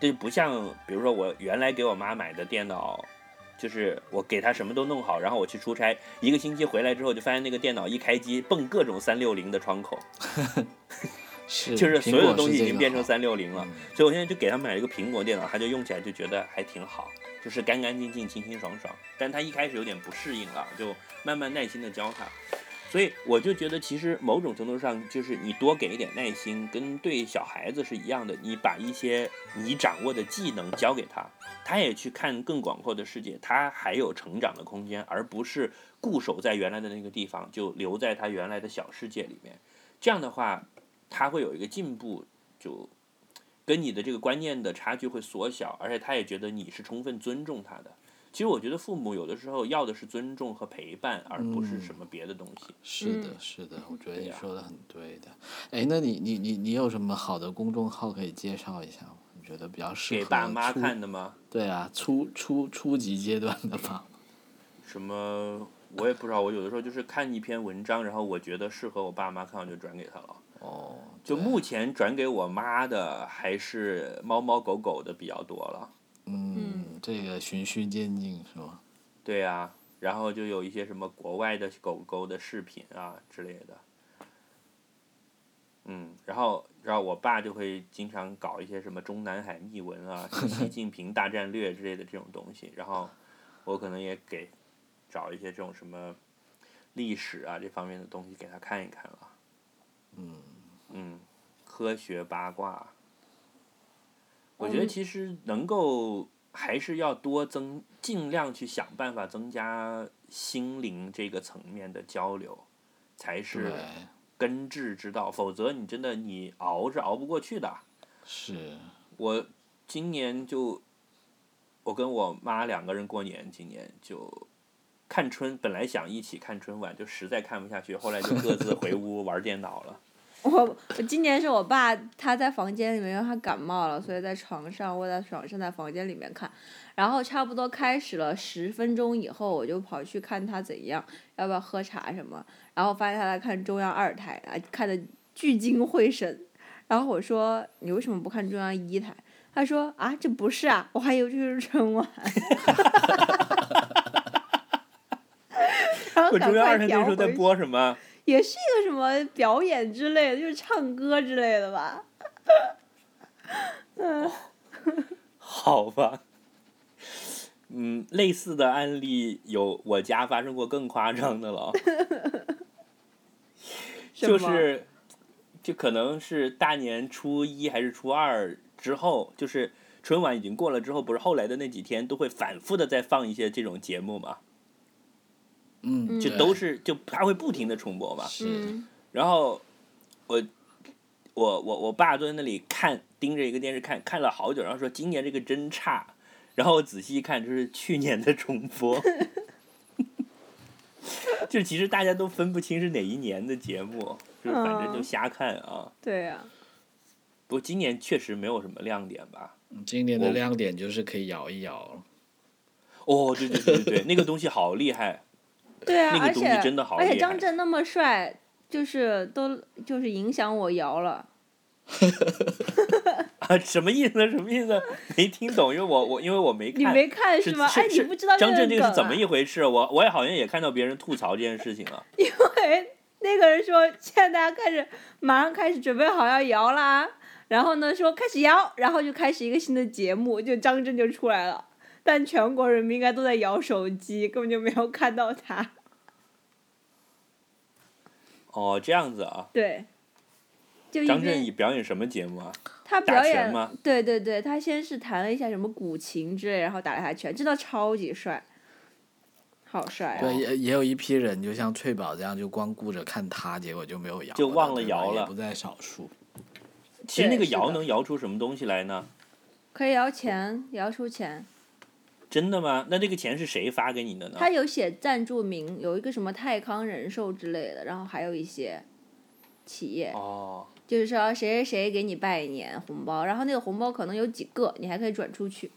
S2: 这不像比如说我原来给我妈买的电脑。就是我给她什么都弄好，然后我去出差，一个星期回来之后就发现那个电脑一开机蹦各种三六零的窗口，
S4: 是
S2: 就是所有的东西已经变成
S4: 三
S2: 三六零了。嗯所以我现在就给他买了一个苹果电脑，他就用起来就觉得还挺好，就是干干净净、清清爽爽。但他一开始有点不适应了，就慢慢耐心的教他。所以我就觉得，其实某种程度上，就是你多给一点耐心，跟对小孩子是一样的。你把一些你掌握的技能教给他，他也去看更广阔的世界，他还有成长的空间，而不是固守在原来的那个地方，就留在他原来的小世界里面。这样的话，他会有一个进步，就跟你的这个观念的差距会缩小，而且他也觉得你是充分尊重他的。其实我觉得父母有的时候要的是尊重和陪伴，而不是什么别的东西。
S4: 是的
S3: 嗯，
S4: 是的，我觉得
S2: 对
S4: 你
S2: 呀
S4: 说的很对的。哎，那你你你你有什么好的公众号可以介绍一下吗？你觉得比较适合
S2: 给爸妈
S4: 初
S2: 看的吗？
S4: 对啊，初初初级阶段的吧。
S2: 什么？我也不知道，我有的时候就是看一篇文章，然后我觉得适合我爸妈看，我就转给他了。
S4: 哦，
S2: 就
S4: 对
S2: 目前转给我妈的还是猫猫狗狗的比较多了。
S4: 嗯，这个循序渐进是吗？
S2: 对呀、然后就有一些什么国外的狗狗的视频啊之类的。嗯，然后然后我爸就会经常搞一些什么中南海秘闻啊、什么习近平大战略之类的这种东西，然后我可能也给找一些这种什么历史啊这方面的东西给他看一看了。嗯嗯，科学八卦，我觉得其实能够还是要多增，尽量去想办法增加心灵这个层面的交流，才是
S4: 对，
S2: 根治之道，否则你真的你熬是熬不过去的。
S4: 是，
S2: 我今年就，我跟我妈两个人过年，今年就看春，本来想一起看春晚，就实在看不下去，后来就各自回屋玩电脑
S3: <laughs>
S2: 了。
S3: 我我今年是我爸他在房间里面，因为他感冒了，所以在床上窝在床上，在房间里面看。然后差不多开始了十分钟以后，我就跑去看他怎样，要不要喝茶什么。然后发现他在看中央二台，啊，看的聚精会神。然后我说：“你为什么不看中央一台？”他说：“啊，这不是啊，我还以为这是春晚。” <laughs> 然后
S2: 我
S3: 赶
S2: 中央二台
S3: 快
S2: 那
S3: 调
S2: 时候在
S3: 回去。
S2: 播什么？
S3: 也是一个什么表演之类的，就是唱歌之类的吧。
S2: 好吧，嗯，类似的案例有我家发生过更夸张的了，
S3: 什
S2: 就
S3: 么
S2: 是就可能是大年初一还是初二之后，就是春晚已经过了之后，不是后来的那几天都会反复的再放一些这种节目嘛，
S4: 嗯，
S2: 就
S4: 对嗯
S2: 都是就它会不停的重播嘛，
S4: 是，
S3: 嗯
S2: 然后我我我我爸坐在那里看，盯着一个电视看，看了好久，然后说今年这个真差。然后我仔细一看，就是去年的重播。 <laughs> 就是其实大家都分不清是哪一年的节目，就是反正就
S3: 嗯
S2: 瞎看啊。
S3: 对呀、
S2: 不过今年确实没有什么亮点吧？
S4: 今年
S2: 我
S4: 嗯的亮点就是可以摇一摇了。
S2: 哦，对对对对对，那个东西好厉害。
S3: <laughs> 对啊，
S2: 那个
S3: 而
S2: 东
S3: 且
S2: 西真的好
S3: 而且
S2: 厉害
S3: 张震那么帅，就是都就是影响我摇了。
S2: 啊， <laughs> 什么意思？什么意思？ <laughs> 没听懂，因为我我因为我没看。
S3: 你没看
S2: 是
S3: 吗？
S2: 是
S3: 哎，你
S2: 是
S3: 不知道
S2: 张震这
S3: 这
S2: 个
S3: 梗、
S2: 是
S3: 啊、
S2: 怎么一回事？我我也好像也看到别人吐槽这件事情了。
S3: 对， <laughs> 那个人说现在大家开始马上开始准备好要摇啦，然后呢说开始摇，然后就开始一个新的节目，就张震就出来了。但全国人民应该都在摇手机，根本就没有看到他。
S2: 哦，这样子啊。
S3: 对，就因
S2: 张震
S3: 为
S2: 以表演什么节目啊？
S3: 他
S2: 打
S3: 表
S2: 拳
S3: 演
S2: 吗
S3: 对对对，他先是弹了一下什么古琴之类，然后打了他拳，真的超级帅，好帅、啊
S2: 哦
S4: 对，！也也有一批人，就像翠宝这样，就光顾着看他，结果就没有摇了，
S2: 就忘了
S4: 对吧
S2: 摇
S4: 也
S2: 了
S4: 不在少数。
S2: 其实那
S3: 对
S2: 个
S3: 是
S2: 摇
S3: 的
S2: 能摇出什么东西来呢？
S3: 可以摇钱，摇出钱。
S2: 真的吗？那这个钱是谁发给你的呢？
S3: 他有写赞助名，有一个什么泰康人寿之类的，然后还有一些企业，
S2: 哦，
S3: 就是说谁谁谁给你拜年红包，然后那个红包可能有几个，你还可以转出去。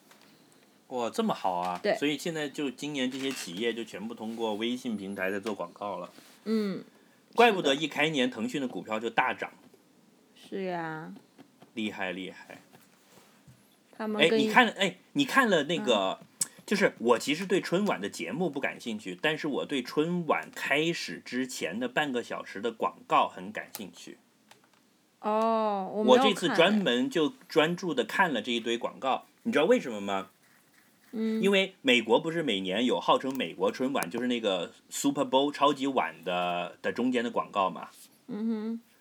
S2: 哇，这么好啊！
S3: 对
S2: 所以现在就今年这些企业就全部通过微信平台在做广告了，
S3: 嗯，
S2: 怪不得一开年腾讯的股票就大涨，
S3: 是呀，
S2: 厉害厉害！
S3: 他们
S2: 哎，
S3: 嗯跟
S2: 你
S3: 一嗯
S2: 看了哎，你看了那个，就是我其实对春晚的节目不感兴趣，但是我对春晚开始之前的半个小时的广告很感兴趣。
S3: 哦，我没
S2: 我
S3: 有
S2: 这次
S3: 看
S2: 专
S3: 哎
S2: 门就专注的看了这一堆广告，你知道为什么吗？嗯，因为美国不是每年有号称美国春晚，就是那个 Super Bowl 超级碗的的中间的广告嘛。嗯哼。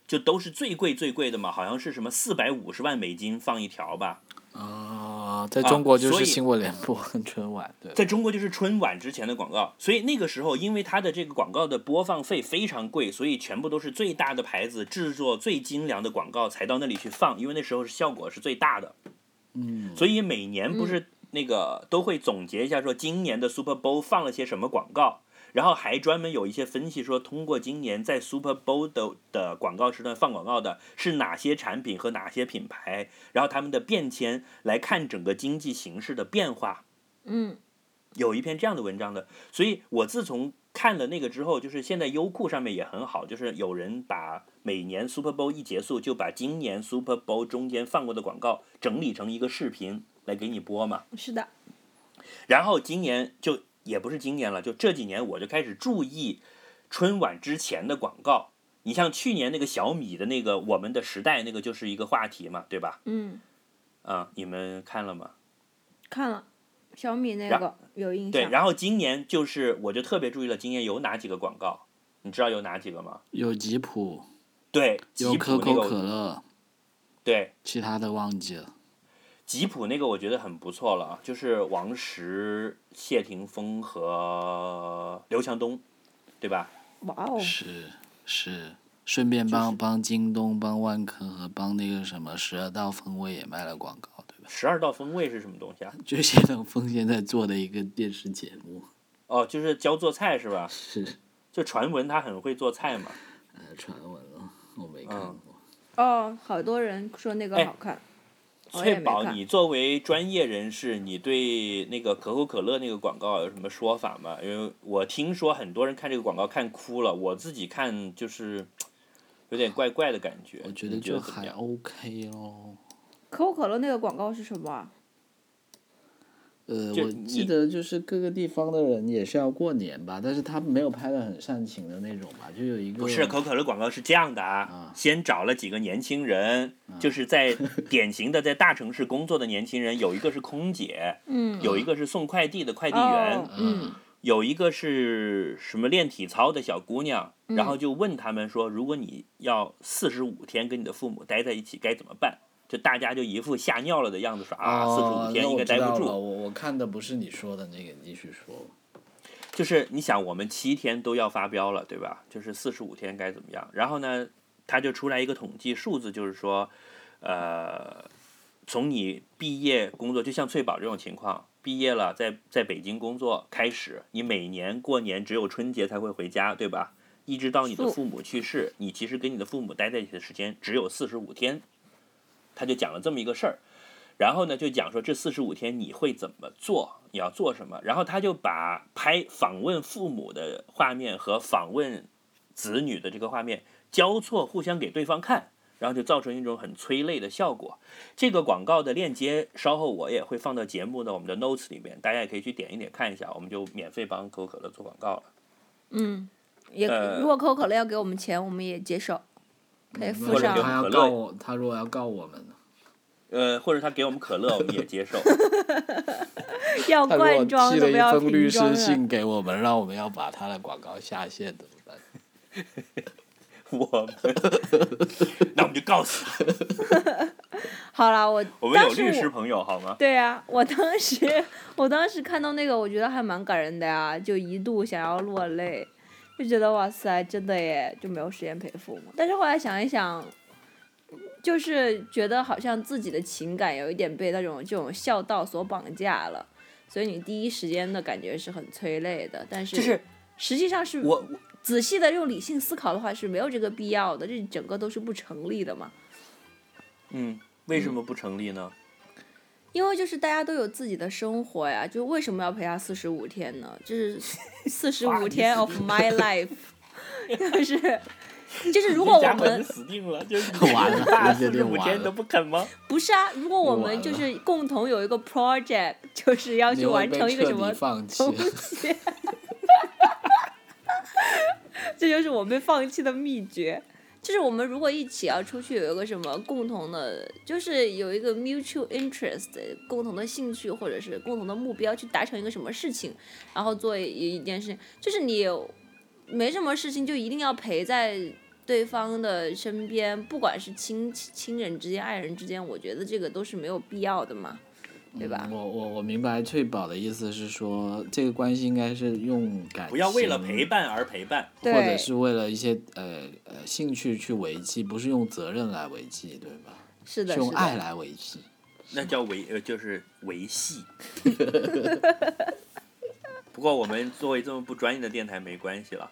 S2: 就都是最贵最贵的嘛，好像是什么四百五十万美金放一条吧，
S4: 啊、在
S2: 啊
S4: 中国就
S2: 所
S4: 是
S2: 以
S4: 新闻联播跟春晚，对，
S2: 在中国就是春晚之前的广告，所以那个时候因为它的这个广告的播放费非常贵，所以全部都是最大的牌子制作最精良的广告才到那里去放，因为那时候是效果是最大的。
S4: 嗯，
S2: 所以每年不是那个都会总结一下，说今年的 Super Bowl 放了些什么广告，然后还专门有一些分析说，通过今年在 Super Bowl 的的广告时段放广告的是哪些产品和哪些品牌，然后他们的变迁来看整个经济形势的变化。
S3: 嗯，
S2: 有一篇这样的文章的，所以我自从看了那个之后，就是现在优酷上面也很好，就是有人把每年 Super Bowl 一结束，就把今年 Super Bowl 中间放过的广告整理成一个视频来给你播嘛。
S3: 是的，
S2: 然后今年就也不是今年了，就这几年我就开始注意春晚之前的广告。你像去年那个小米的那个《我们的时代》，那个就是一个话题嘛，对吧？
S3: 嗯，
S2: 啊、你们看了吗？
S3: 看了小米那
S2: 然
S3: 个有印
S2: 对，
S3: 象，
S2: 然后今年就是我就特别注意了，今年有哪几个广告？你知道有哪几个吗？
S4: 有吉普，
S2: 对，
S4: 有
S2: 吉
S4: 可
S2: 普那
S4: 口
S2: 个，
S4: 可乐，
S2: 对，
S4: 其他的忘记了。
S2: 吉普那个我觉得很不错了啊，就是王石、谢霆锋和刘强东，对吧？
S3: 哇哦，
S4: 是是，顺便帮、帮京东、帮万科和帮那个什么十二道风味也卖了广告，对吧？
S2: 十二道风味是什么东西啊？
S4: 就谢霆锋现在做的一个电视节目，
S2: 哦，就是教做菜是吧？
S4: 是
S2: 就传闻他很会做菜嘛。
S4: 呃传闻了，我没看
S2: 嗯
S4: 过。
S3: 哦，好多人说那个
S2: 哎
S3: 好看，我哦也
S2: 翠
S3: 没
S2: 宝，
S3: 看
S2: 你作为专业人士，你对那个可口可乐那个广告有什么说法吗？因为我听说很多人看这个广告看哭了，我自己看就是有点怪怪的感觉。
S4: 我觉
S2: 你
S4: 得
S2: 觉
S4: 就
S2: 得怎么
S4: 还
S2: 样？
S4: OK 咯。
S3: 可口可乐那个广告是什么啊？
S4: 呃，
S2: 就
S4: 我
S2: 你
S4: 记得就是各个地方的人也是要过年吧，但是他没有拍的很煽情的那种吧，就有一个
S2: 不是可口可乐广告是这样的啊
S4: 啊，
S2: 先找了几个年轻人，就是
S4: <laughs>
S2: 在典型的在大城市工作的年轻人，有一个是空姐，
S3: 嗯，
S2: 有一个是送快递的快递
S4: 啊
S2: 员
S3: 哦，，嗯，
S2: 有一个是什么练体操的小姑娘，然
S4: 嗯
S2: 后就问他们说，如果你要四十五天跟你的父母待在一起该怎么办？就大家就一副吓尿了的样子，说啊，四十
S4: 哦
S2: 五
S4: 那
S2: 天应
S4: 我
S2: 该
S4: 知
S2: 待
S4: 道
S2: 不
S4: 了
S2: 住。
S4: 我我看的不是你说的那个，你继续说。
S2: 就是你想，我们七天都要发飙了，对吧？就是四十五天该怎么样？然后呢，他就出来一个统计数字，就是说，呃，从你毕业工作，就像翠宝这种情况，毕业了在在北京工作开始，你每年过年只有春节才会回家，对吧？一直到你的
S3: 是
S2: 父母去世，你其实跟你的父母待在一起的时间只有四十五天。他就讲了这么一个事儿，然后呢就讲说这四十五天你会怎么做，你要做什么，然后他就把拍访问父母的画面和访问子女的这个画面交错，互相给对方看，然后就造成一种很催泪的效果。这个广告的链接稍后我也会放到节目的我们的 notes 里面，大家也可以去点一点看一下，我们就免费帮可口可乐做广告了。
S3: 也
S2: 呃
S3: 如果可口可乐要给我们钱，我们也接受，可以
S4: 或
S3: 附
S4: 者
S3: 上
S2: 就
S4: 他要告我，他如果要告我们呢，
S2: 呃，或者他给我们可乐，我们也接
S4: <laughs>
S2: 受。
S3: 要
S4: 他如果
S3: 罐装
S4: 寄
S3: 的
S4: 了
S3: 不
S4: 一
S3: 要
S4: 封
S3: 瓶
S4: 律
S3: 装
S4: 师
S3: 的。
S4: 信给我们，让我们要把他的广告下线怎么办？
S2: 我们，那我们就告诉他，
S3: 好了，我
S2: 我们
S3: 当
S2: 有
S3: 时
S2: 律
S3: 我
S2: 师朋友好吗？
S3: 对啊，我当时我当时看到那个，我觉得还蛮感人的呀，就一度想要落泪，就觉得哇塞，真的耶，就没有时间陪父母。但是后来想一想，就是觉得好像自己的情感有一点被那种这种孝道所绑架了，所以你第一时间的感觉是很催泪的，但是
S2: 就是
S3: 实际上是
S2: 我
S3: 仔细的用理性思考的话是没有这个必要的，这整个都是不成立的嘛。
S2: 嗯，为什么不成立呢？
S3: 因为就是大家都有自己的生活呀，就为什么要陪他四十五天呢？就是
S4: <laughs>
S3: 四十五天 of my life，就是就是如果我
S2: 家门
S3: 们
S2: 死定了，就是你
S4: 完了
S2: 爸
S4: 这
S2: 四十
S4: 就
S2: 五
S4: 完
S2: 天
S4: 了
S2: 都不肯吗？
S3: 不是啊，如果我
S4: 完
S3: 们
S4: 了
S3: 就是共同有一个 project，就是要
S4: 你
S3: 去
S4: 会
S3: 完
S4: 被
S3: 成一个
S4: 彻
S3: 什么
S4: 底放弃
S3: 东西，这就是我被放弃的秘诀。就是我们如果一起要出去，有一个什么共同的，就是有一个 mutual interest，共同的兴趣或者是共同的目标去达成一个什么事情，然后做一一件事情，就是你没什么事情就一定要陪在对方的身边，不管是亲亲人之间、爱人之间，我觉得这个都是没有必要的嘛，对吧？
S4: 嗯我我我明白翠宝的意思是说，这个关系应该是用感情，
S2: 不要为了陪伴而陪伴。
S3: 对
S4: 或者是为了一些呃呃兴趣去维系，不是用责任来维系，对吧？
S3: 是的，
S4: 是
S3: 是
S4: 用
S3: 的
S4: 爱来维系。
S2: 那叫维呃，就是维系。 <laughs> 不过我们作为这么不专业的电台没关系了，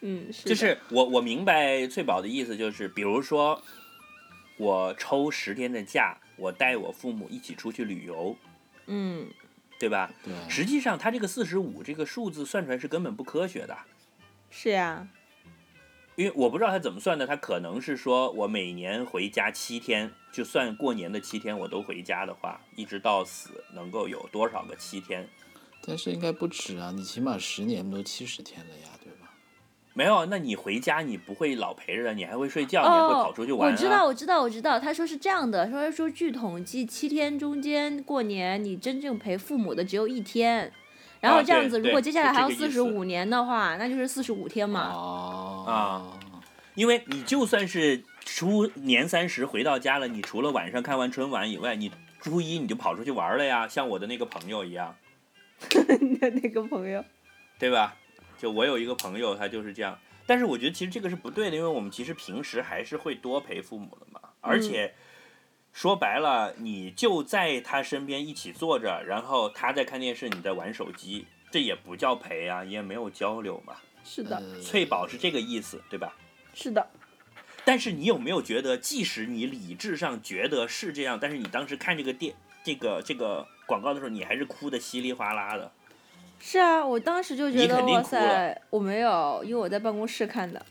S3: 嗯，是
S2: 就
S3: 的
S2: 是我我明白翠宝的意思，就是比如说我抽十天的假，我带我父母一起出去旅游，
S3: 嗯，
S2: 对吧？
S4: 对，
S2: 实际上它这个四十五这个数字算出来是根本不科学的，
S3: 是呀、
S2: 因为我不知道它怎么算的，它可能是说我每年回家七天，就算过年的七天我都回家的话，一直到死能够有多少个七天？
S4: 但是应该不止啊，你起码十年都七十天了呀，对吧？
S2: 没有，那你回家你不会老陪着的，你还会睡觉，你还会
S3: 哦
S2: 跑出去玩、啊
S3: 我知道，我知道，我知道。他说是这样的，说说据统计，七天中间过年你真正陪父母的只有一天，然后
S2: 啊
S3: 这样
S2: 对
S3: 子，如
S2: 对
S3: 果接下来
S2: 是这
S3: 还要
S2: 个意
S3: 四
S2: 思
S3: 十五年的话，那就是四十五天嘛。
S4: 哦
S2: 啊因为你就算是初年三十回到家了，你除了晚上看完春晚以外，你初一你就跑出去玩了呀，像我的那个朋友一样，
S3: 你的
S2: 嗯
S3: 那个朋友，
S2: 对吧？就我有一个朋友，他就是这样。但是我觉得其实这个是不对的，因为我们其实平时还是会多陪父母的嘛。
S3: 嗯
S2: 而且说白了，你就在他身边一起坐着，然后他在看电视，你在玩手机，这也不叫陪啊，也没有交流嘛。
S3: 是的，
S4: 呃
S2: 翠宝是这个意思，对吧？
S3: 是的，
S2: 但是你有没有觉得，即使你理智上觉得是这样，但是你当时看这个电这个这个广告的时候，你还是哭的稀里哗啦的。
S3: 是啊。我当时就觉
S2: 你
S3: 得，
S2: 肯定
S3: 哇
S2: 哭
S3: 塞，我没有，因为我在办公室看的，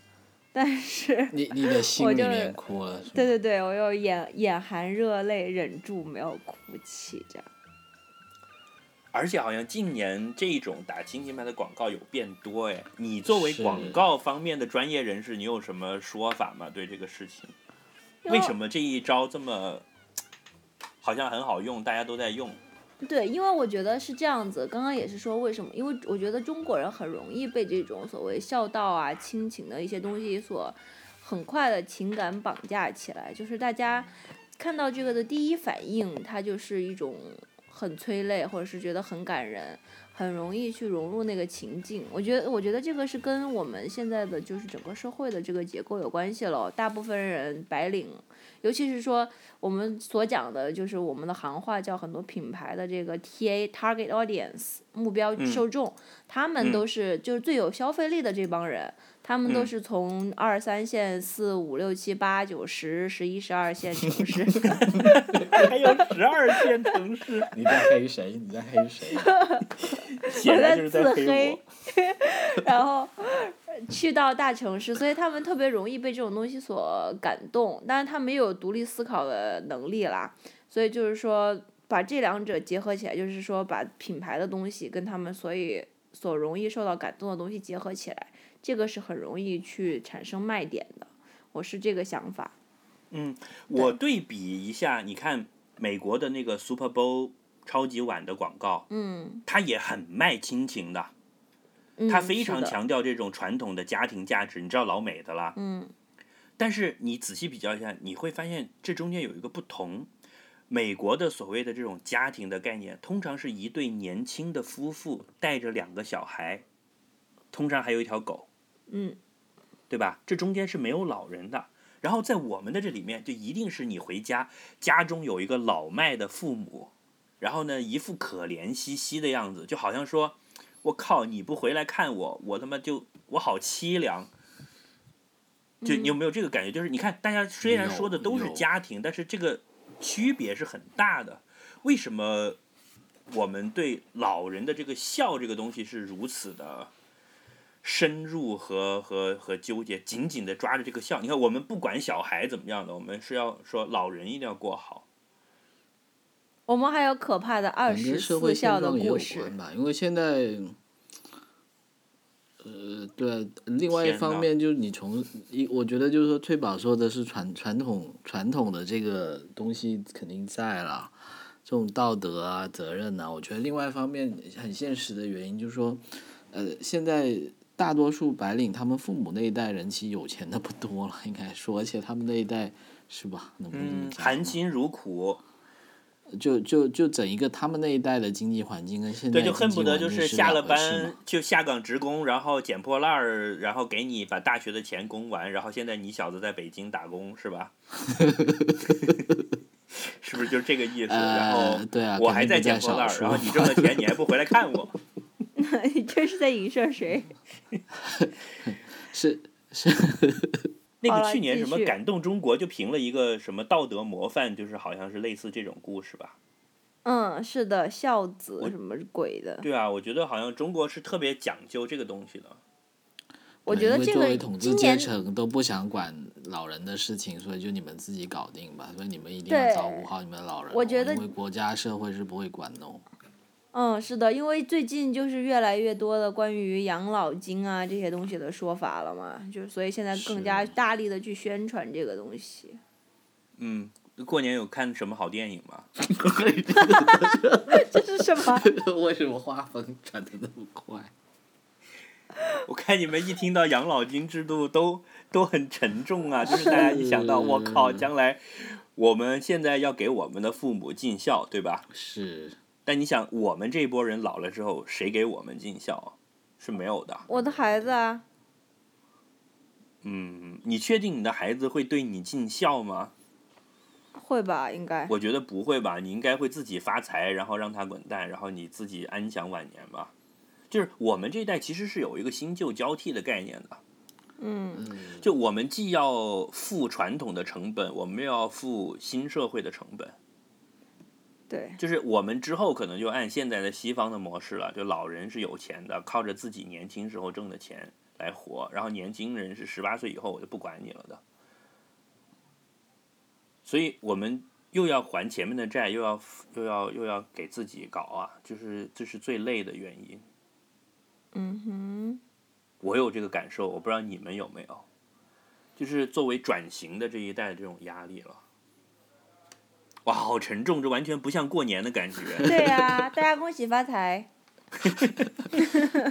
S3: 但是。 <laughs>
S4: 你你的心
S3: 我
S4: 里
S3: 就
S4: 面哭了，是吗
S3: 对对对，我有眼眼含热泪，忍住没有哭泣，这样。
S2: 而且好像近年这种打亲情牌的广告有变多哎，你作为广告方面的专业人士，你有什么说法吗？对这个事情，为什么这一招这么好像很好用，大家都在用？
S3: 对，因为我觉得是这样子，刚刚也是说为什么？因为我觉得中国人很容易被这种所谓孝道啊、亲情的一些东西所很快的情感绑架起来，就是大家看到这个的第一反应，它就是一种很催泪，或者是觉得很感人，很容易去融入那个情境。我觉得，我觉得这个是跟我们现在的就是整个社会的这个结构有关系了。大部分人白领，尤其是说我们所讲的，就是我们的行话叫很多品牌的这个 TA target audience 目标
S2: 嗯
S3: 受众，他
S2: 嗯
S3: 们都是就是最有消费力的这帮人。他们都
S2: 嗯
S3: 是从二三线、四五六七八九十、十一十二线城市
S2: <laughs> 还有十二线城市，
S4: 你在黑谁？你在黑谁？啊
S2: 显然就是
S3: 我在自
S2: 黑我
S3: 黑。然后去到大城市，所以他们特别容易被这种东西所感动，但是他没有独立思考的能力啦，所以就是说把这两者结合起来，就是说把品牌的东西跟他们所以所容易受到感动的东西结合起来，这个是很容易去产生卖点的，我是这个想法。
S2: 我对比一下，你看美国的那个 Super Bowl 超级碗的广告，
S3: 嗯，
S2: 它也很卖亲情的，
S3: 嗯
S2: 它非常
S3: 是的
S2: 强调这种传统的家庭价值。你知道老美的啦，
S3: 嗯，
S2: 但是你仔细比较一下，你会发现这中间有一个不同。美国的所谓的这种家庭的概念，通常是一对年轻的夫妇带着两个小孩，通常还有一条狗，
S3: 嗯，
S2: 对吧？这中间是没有老人的。然后在我们的这里面，就一定是你回家，家中有一个老迈的父母，然后呢，一副可怜兮兮的样子，就好像说，我靠，你不回来看我，我他妈就我好凄凉。就你有没有这个感觉？就是你看，大家虽然说的都是
S4: 有有
S2: 家庭，但是这个区别是很大的。为什么我们对老人的这个孝这个东西是如此的深入和和和纠结，紧紧的抓着这个孝？你看，我们不管小孩怎么样的，我们是要说老人一定要过好。
S3: 我们还有可怕的二
S4: 可能
S3: 十
S4: 跟社
S3: 四
S4: 会现
S3: 孝的
S4: 状也有
S3: 故事。
S4: 关吧，因为现在呃，对，另外一
S2: 天
S4: 方
S2: 呐
S4: 面就是你从一，我觉得就是说翠宝说的是传传统传统的这个东西肯定在了，这种道德啊责任呐、我觉得另外一方面很现实的原因就是说，呃，现在大多数白领他们父母那一代人其实有钱的不多了，应该说，而且他们那一代是吧？能不能这么
S2: 嗯，
S4: 讲
S2: 含
S4: 吗
S2: 辛茹苦，
S4: 就就就整一个他们那一代的经济环境跟现在
S2: 对，就恨不得
S4: 经
S2: 就
S4: 济
S2: 是
S4: 环境是
S2: 下了
S4: 两回事嘛
S2: 班就下岗职工，然后捡破烂儿，然后给你把大学的钱供完，然后现在你小子在北京打工是吧？ <laughs> 是不是就这个意思？然后
S4: 呃，对啊，
S2: 我
S4: 肯
S2: 还
S4: 定
S2: 在
S4: 不在
S2: 捡破
S4: 少
S2: 烂儿，
S4: 数
S2: 然后你挣了钱你还不回来看我，
S3: <laughs> 你这是在影射谁？
S4: 是
S2: 那
S3: 好
S2: 个
S3: 了
S2: 去年什么
S3: 继续
S2: 感动中国就评了一个什么道德模范，就是好像是类似这种故事吧？
S3: 嗯，是的，孝子
S2: 我
S3: 什么鬼的？
S2: 对啊，我觉得好像中国是特别讲究这个东西的。
S3: <laughs> 我觉得
S4: 因为
S3: 这
S4: 作
S3: 个
S4: 为统治
S3: 今
S4: 阶
S3: 年
S4: 层都不想管老人的事情，所以就你们自己搞定吧。所以你们一定
S3: 对
S4: 要照顾好你们的老人哦。
S3: 我觉得
S4: 因为国家社会是不会管的
S3: <laughs>
S4: 哦。
S3: 嗯，是的，因为最近就是越来越多的关于养老金啊这些东西的说法了嘛，就是所以现在更加
S4: 是
S3: 大力的去宣传这个东西。 <laughs>
S2: 嗯，过年有看什么好电影吗？ <laughs>
S3: 这是什么？
S4: 为什么画风转的那么快？
S2: 我看你们一听到养老金制度都都很沉重啊，就是大家一想到我靠，将来我们现在要给我们的父母尽孝，对吧？
S4: <laughs> 是，
S2: 但你想，我们这一波人老了之后，谁给我们尽孝啊？是没有的。
S3: 我的孩子啊，
S2: 嗯，你确定你的孩子会对你尽孝吗？
S3: 会吧？应该。
S2: 我觉得不会吧，你应该会自己发财，然后让他滚蛋，然后你自己安享晚年吧。就是我们这一代其实是有一个新旧交替的概念的，
S3: 嗯，
S4: 嗯，
S2: 就我们既要付传统的成本，我们又要付新社会的成本。
S3: 对，
S2: 就是我们之后可能就按现在的西方的模式了，就老人是有钱的，靠着自己年轻时候挣的钱来活，然后年轻人是十八岁以后我就不管你了的。所以我们又要还前面的债，又要又要又要给自己搞啊，就是这是最累的原因。
S3: 嗯哼，
S2: 我有这个感受，我不知道你们有没有，就是作为转型的这一代的这种压力了。哇，好沉重，这完全不像过年的感觉。
S3: 对呀、大家恭喜发财。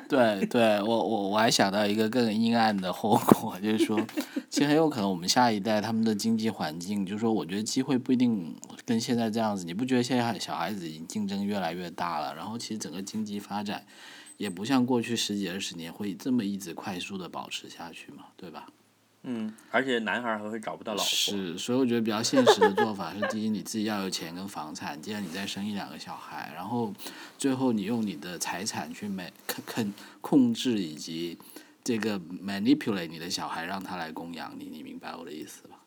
S4: 对对，我我我还想到一个更阴暗的后果， <laughs> 就是说，其实很有可能我们下一代他们的经济环境，就是说，我觉得机会不一定跟现在这样子。你不觉得现在小孩子已经竞争越来越大了？然后其实整个经济发展也不像过去十几二十年会这么一直快速的保持下去嘛，对吧？
S2: 嗯，而且男孩儿还会找不到老婆。
S4: 是，所以我觉得比较现实的做法是：第一，你自己要有钱跟房产；第二，你再生一两个小孩，然后最后你用你的财产去买控控控制以及这个 manipulate 你的小孩，让他来供养你。你明白我的意思吧？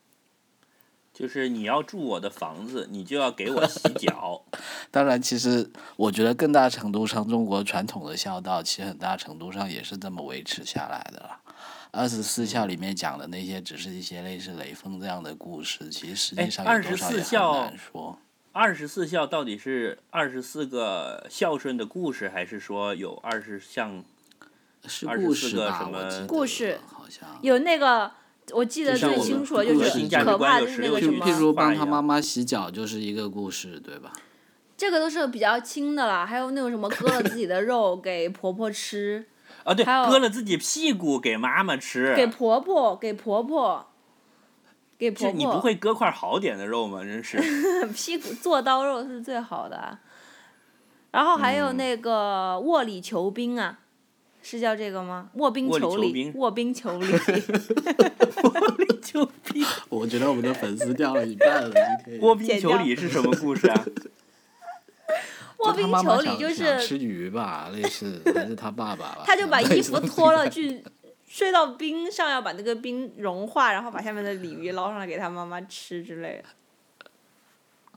S2: 就是你要住我的房子，你就要给我洗脚。
S4: 当然，其实我觉得更大程度上，中国传统的孝道其实很大程度上也是这么维持下来的啦。二十四孝里面讲的那些，只是一些类似雷锋这样的故事，其实实
S2: 哎
S4: 际上有多少
S2: 24
S4: 也很
S2: 孝
S4: 难说。
S2: 二十四孝到底是二十四个孝顺的故事，还是说有二十项？
S4: 是
S2: 24
S4: 故事
S2: 个
S4: 吧？
S2: 什
S4: 我
S2: 么
S4: 记得
S3: 故事
S4: 好像
S3: 有那个，我记得
S4: 就像
S3: 最
S4: 我们
S3: 清楚的就
S4: 故
S3: 是
S4: 事价值
S3: 可怕
S2: 观
S3: 的
S2: 有
S3: 是那个
S2: 16
S3: 什
S2: 句
S3: 么，
S4: 譬如
S2: 话
S4: 帮他
S2: 一样
S4: 妈妈洗脚就是一个故事，对吧？
S3: 这个都是比较轻的了。还有那种什么割了自己的肉给婆婆吃，
S2: 啊，对，
S3: 还有
S2: 割了自己屁股给妈妈吃。
S3: 给婆婆，给婆婆，给婆
S2: 这
S3: 婆。
S2: 你不会割块好点的肉吗？真是。
S3: <laughs> 屁股做刀肉是最好的啊、然后还有那个卧里求兵啊，是叫这个吗？卧冰
S2: 卧里
S3: 求
S2: 求
S3: 鲤，
S2: 兵
S3: <laughs> 卧冰求鲤。
S2: 就屁
S4: <laughs> 我觉得我们的粉丝掉了一半了，今天
S2: 窝冰
S3: 剪
S2: 求
S3: 掉
S2: 鲤是什么故事啊？ <laughs>
S3: 卧
S4: 就他
S3: 冰
S4: 妈妈
S3: 求鲤
S4: 想
S3: 就
S4: 想
S3: 是，
S4: 吃鱼吧，类似还是他爸爸吧？
S3: 他就
S2: <laughs>
S3: 把衣服脱
S4: 了。
S3: 了去。睡到冰上，要把那个冰融化，然后把下面的鲤鱼捞上来给他妈妈吃之类的。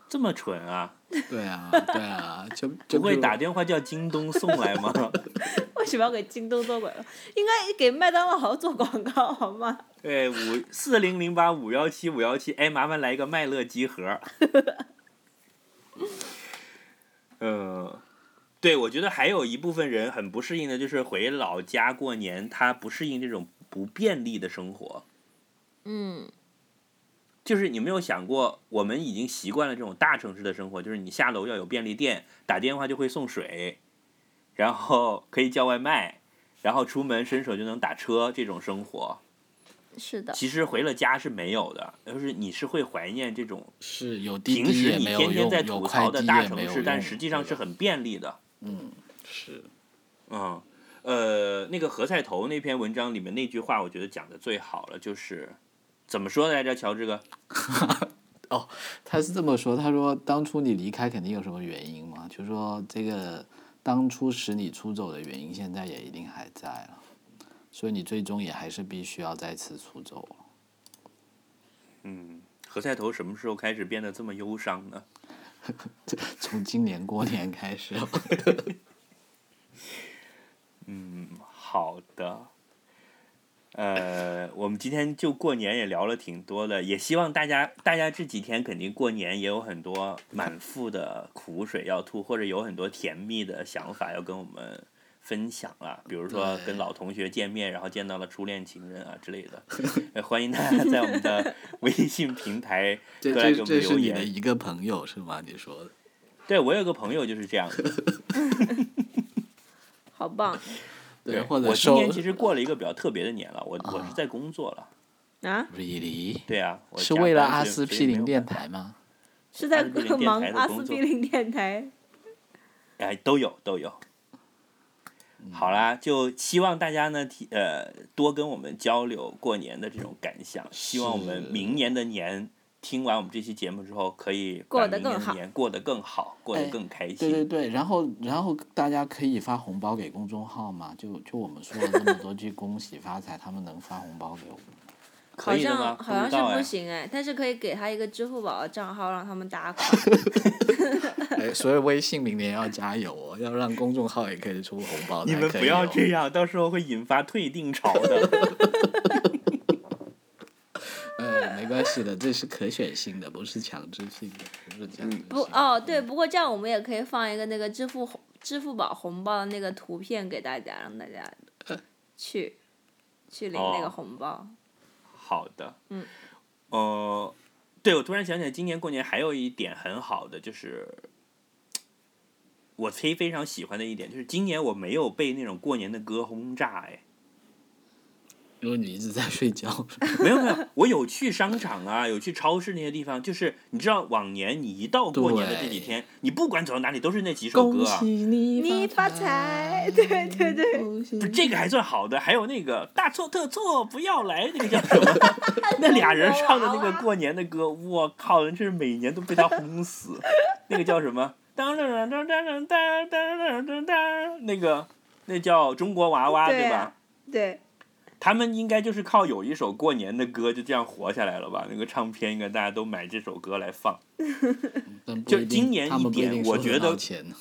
S2: 这么蠢啊！
S4: <laughs> 对啊，对啊，就就
S2: 不会
S4: 譬如
S2: 打电话叫京东送来吗？
S3: 为什么要给京东做广告？应该给麦当劳做广告好吗？
S2: 对，五四零零八五幺七五幺七，哎，麻烦来一个麦乐鸡盒。呃，对，我觉得还有一部分人很不适应的，就是回老家过年，他不适应这种不便利的生活。
S5: 嗯，
S2: 就是你没有想过，我们已经习惯了这种大城市的生活，就是你下楼要有便利店，打电话就会送水，然后可以叫外卖，然后出门伸手就能打车，这种生活，
S5: 是的，
S2: 其实回了家是没有的，就是你是会怀念这种
S4: 是有滴
S2: 平
S4: 滴
S2: 时
S4: 也
S2: 你
S4: 没有
S2: 天天
S4: 用，
S2: 在
S4: 有
S2: 吐
S4: 快
S2: 槽
S4: 递
S2: 的
S4: 也
S2: 大
S4: 没
S2: 城
S4: 有
S2: 市，但
S4: 用
S2: 实际上
S4: 对
S2: 是很便利的。
S4: 嗯是
S2: 嗯，呃，那个何菜头那篇文章里面那句话，我觉得讲的最好了，就是怎么说来着？乔治哥，
S4: 他是这么说，他说当初你离开肯定有什么原因嘛，就说这个当初使你出走的原因，现在也一定还在了，所以你最终也还是必须要再次出走了。
S2: 嗯，何菜头什么时候开始变得这么忧伤呢？
S4: 从今年过年
S2: <laughs>
S4: 开始，
S2: 嗯，好的。呃，我们今天就过年也聊了挺多的，也希望大家，大家这几天肯定过年也有很多满腹的苦水要吐，或者有很多甜蜜的想法要跟我们分享了，比如说
S4: 对
S2: 跟老同学见面，然后见到了初恋情人啊之类的。 <laughs> 呃欢迎大家在我们的微信平台
S4: 这
S2: 都来给
S4: 这
S2: 我们
S4: 这是
S2: 留
S4: 你的
S2: 言。
S4: 一个朋友是吗？你说的，
S2: 对我有个朋友就是这样的，
S5: 好棒
S2: 对，
S4: 或者
S2: 我今
S4: 收
S2: 年其实过了一个比较特别的年了，我我是在工作了。
S5: 啊！
S4: really
S2: 对啊，我
S4: 是
S2: 加
S4: 为了
S2: 班
S4: 阿
S2: 所以
S4: 司
S2: 所以
S4: 匹
S2: 没
S4: 林
S2: 有
S4: 电台吗？ <laughs>
S5: 是在
S2: 阿司匹林电
S5: 忙
S2: 台的
S5: 阿
S2: 工
S5: 司
S2: 作
S5: 匹林电台，
S2: 哎，都有都有。好啦，就希望大家呢提呃多跟我们交流过年的这种感想。希望我们
S4: 是
S2: 明年的年听完我们这期节目之后，可以
S5: 过
S2: 把
S5: 得
S2: 明年
S5: 更
S2: 的
S5: 好
S2: 年过得更好，过得
S4: 哎
S2: 更开
S4: 对对
S2: 心。
S4: 对，然后然后大家可以发红包给公众号嘛，就就我们说了这么
S2: <laughs>
S4: 多句恭喜发财，他们能发红包给我们。
S2: 可
S3: 好
S2: 以的吗
S3: 像？好像
S2: 知道
S3: 是不
S2: 哎。
S3: 行哎，但是可以给他一个支付宝的账号，让他们打款。
S5: <laughs>
S4: 哎，所以微信明年要加油哦，要让公众号也可以出红包
S2: 你
S4: 才
S2: 们
S4: 可
S2: 不
S4: 以
S2: 要
S4: 哦
S2: 这样，到时候会引发退订潮 <laughs> 的。
S4: 呃，没关系的，这是可选性的，不是强制性的，不是强制
S5: 嗯
S4: 性的。
S3: 不哦，对，不过这样我们也可以放一个那个支付红支付宝红包的那个图片给大家，让大家
S5: 呃
S3: 去去领那
S2: 哦
S3: 个红包。
S2: 好的，
S3: 嗯，
S2: 呃，对我突然想起来，今年过年还有一点很好的，就是我非非常喜欢的一点，就是今年我没有被那种过年的歌轰炸，哎，
S4: 因为你一直在睡觉。 <laughs>
S2: 没有没有，我有去商场啊，有去超市那些地方，就是你知道，往年你一到过年的这几天，你不管走到哪里都是那几首歌啊。
S4: 你
S5: 你发财，对对对，
S3: 嗯
S2: 不这个还算好的，还有那个大错特错不要来，那个叫什么？那俩人唱的那个过年的歌，我靠，真是每年都被他轰死。那个叫什么？当当当当当当当当当，那个那叫中国娃娃
S5: 对
S2: 对吧
S5: 啊？
S3: <laughs>
S5: 对，
S2: 他们应该就是靠有一首过年的歌就这样活下来了吧？那个唱片应该大家都买这首歌来放。
S4: 但不
S2: 就
S4: 一
S2: 今
S4: 定
S2: 年
S4: 他
S2: 一
S4: 们不一
S2: 点
S4: 定
S2: 我
S4: 收
S2: 觉
S4: 到
S2: 得
S4: 钱呢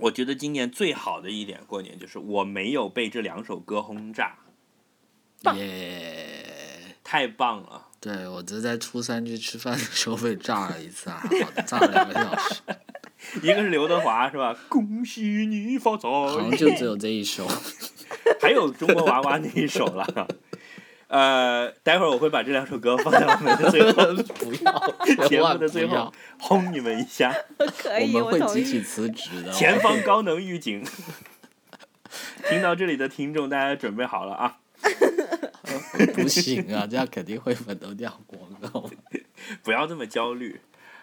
S2: 我觉得今年最好的一点过年就是我没有被这两首歌轰炸，
S3: 棒
S4: 耶。
S2: 太棒了！
S4: 对，我只是在初三去吃饭的时候被炸了一次啊，还好的，炸了两个
S2: <laughs>
S4: 小时，
S2: 一个是刘德华是吧？恭喜你发财，
S4: 好像就只有这一首。
S2: 还有中国娃娃那一首了。呃，待会儿我会把这两首歌放在我们的最
S4: <laughs>
S2: 后
S4: 不要，
S2: 节
S4: 千
S2: 目
S4: 万
S2: 的
S4: 不
S2: 最后
S4: 要，
S2: 轰你们一下，
S5: 可
S4: 我
S5: 以，
S4: 们
S5: 我
S4: 会
S5: 同
S4: 集
S5: 意。
S4: 体辞职
S2: <laughs>
S4: 的。
S2: 前方高能预警。 <laughs> 听到这里的听众，大家准备好了啊！
S4: 不行啊，这样肯定会粉头掉哦广告。
S2: 不要这么焦虑。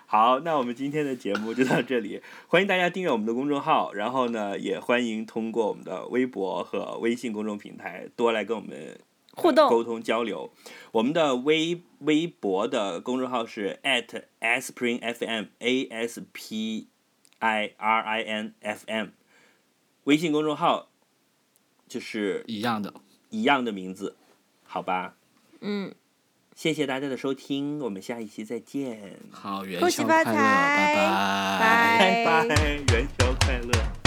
S2: 好，那我们今天的节目就到这里， <laughs> 欢迎大家订阅我们的公众号，然后呢，也欢迎通过我们的微博和微信公众平台多来跟我们呃
S5: 互动
S2: 沟通交流。我们的微微博的公众号是 at aspringfm a s p i r i n f m，微信公众号就是
S4: 一样的，
S2: 一样的名字，好吧？
S5: 嗯，
S2: 谢谢大家的收听，我们下一期再见。
S4: 好，元
S5: 恭喜
S4: 宵
S5: 发
S4: 快乐，
S5: 财
S4: 拜
S5: 拜
S2: 拜拜，元宵快乐。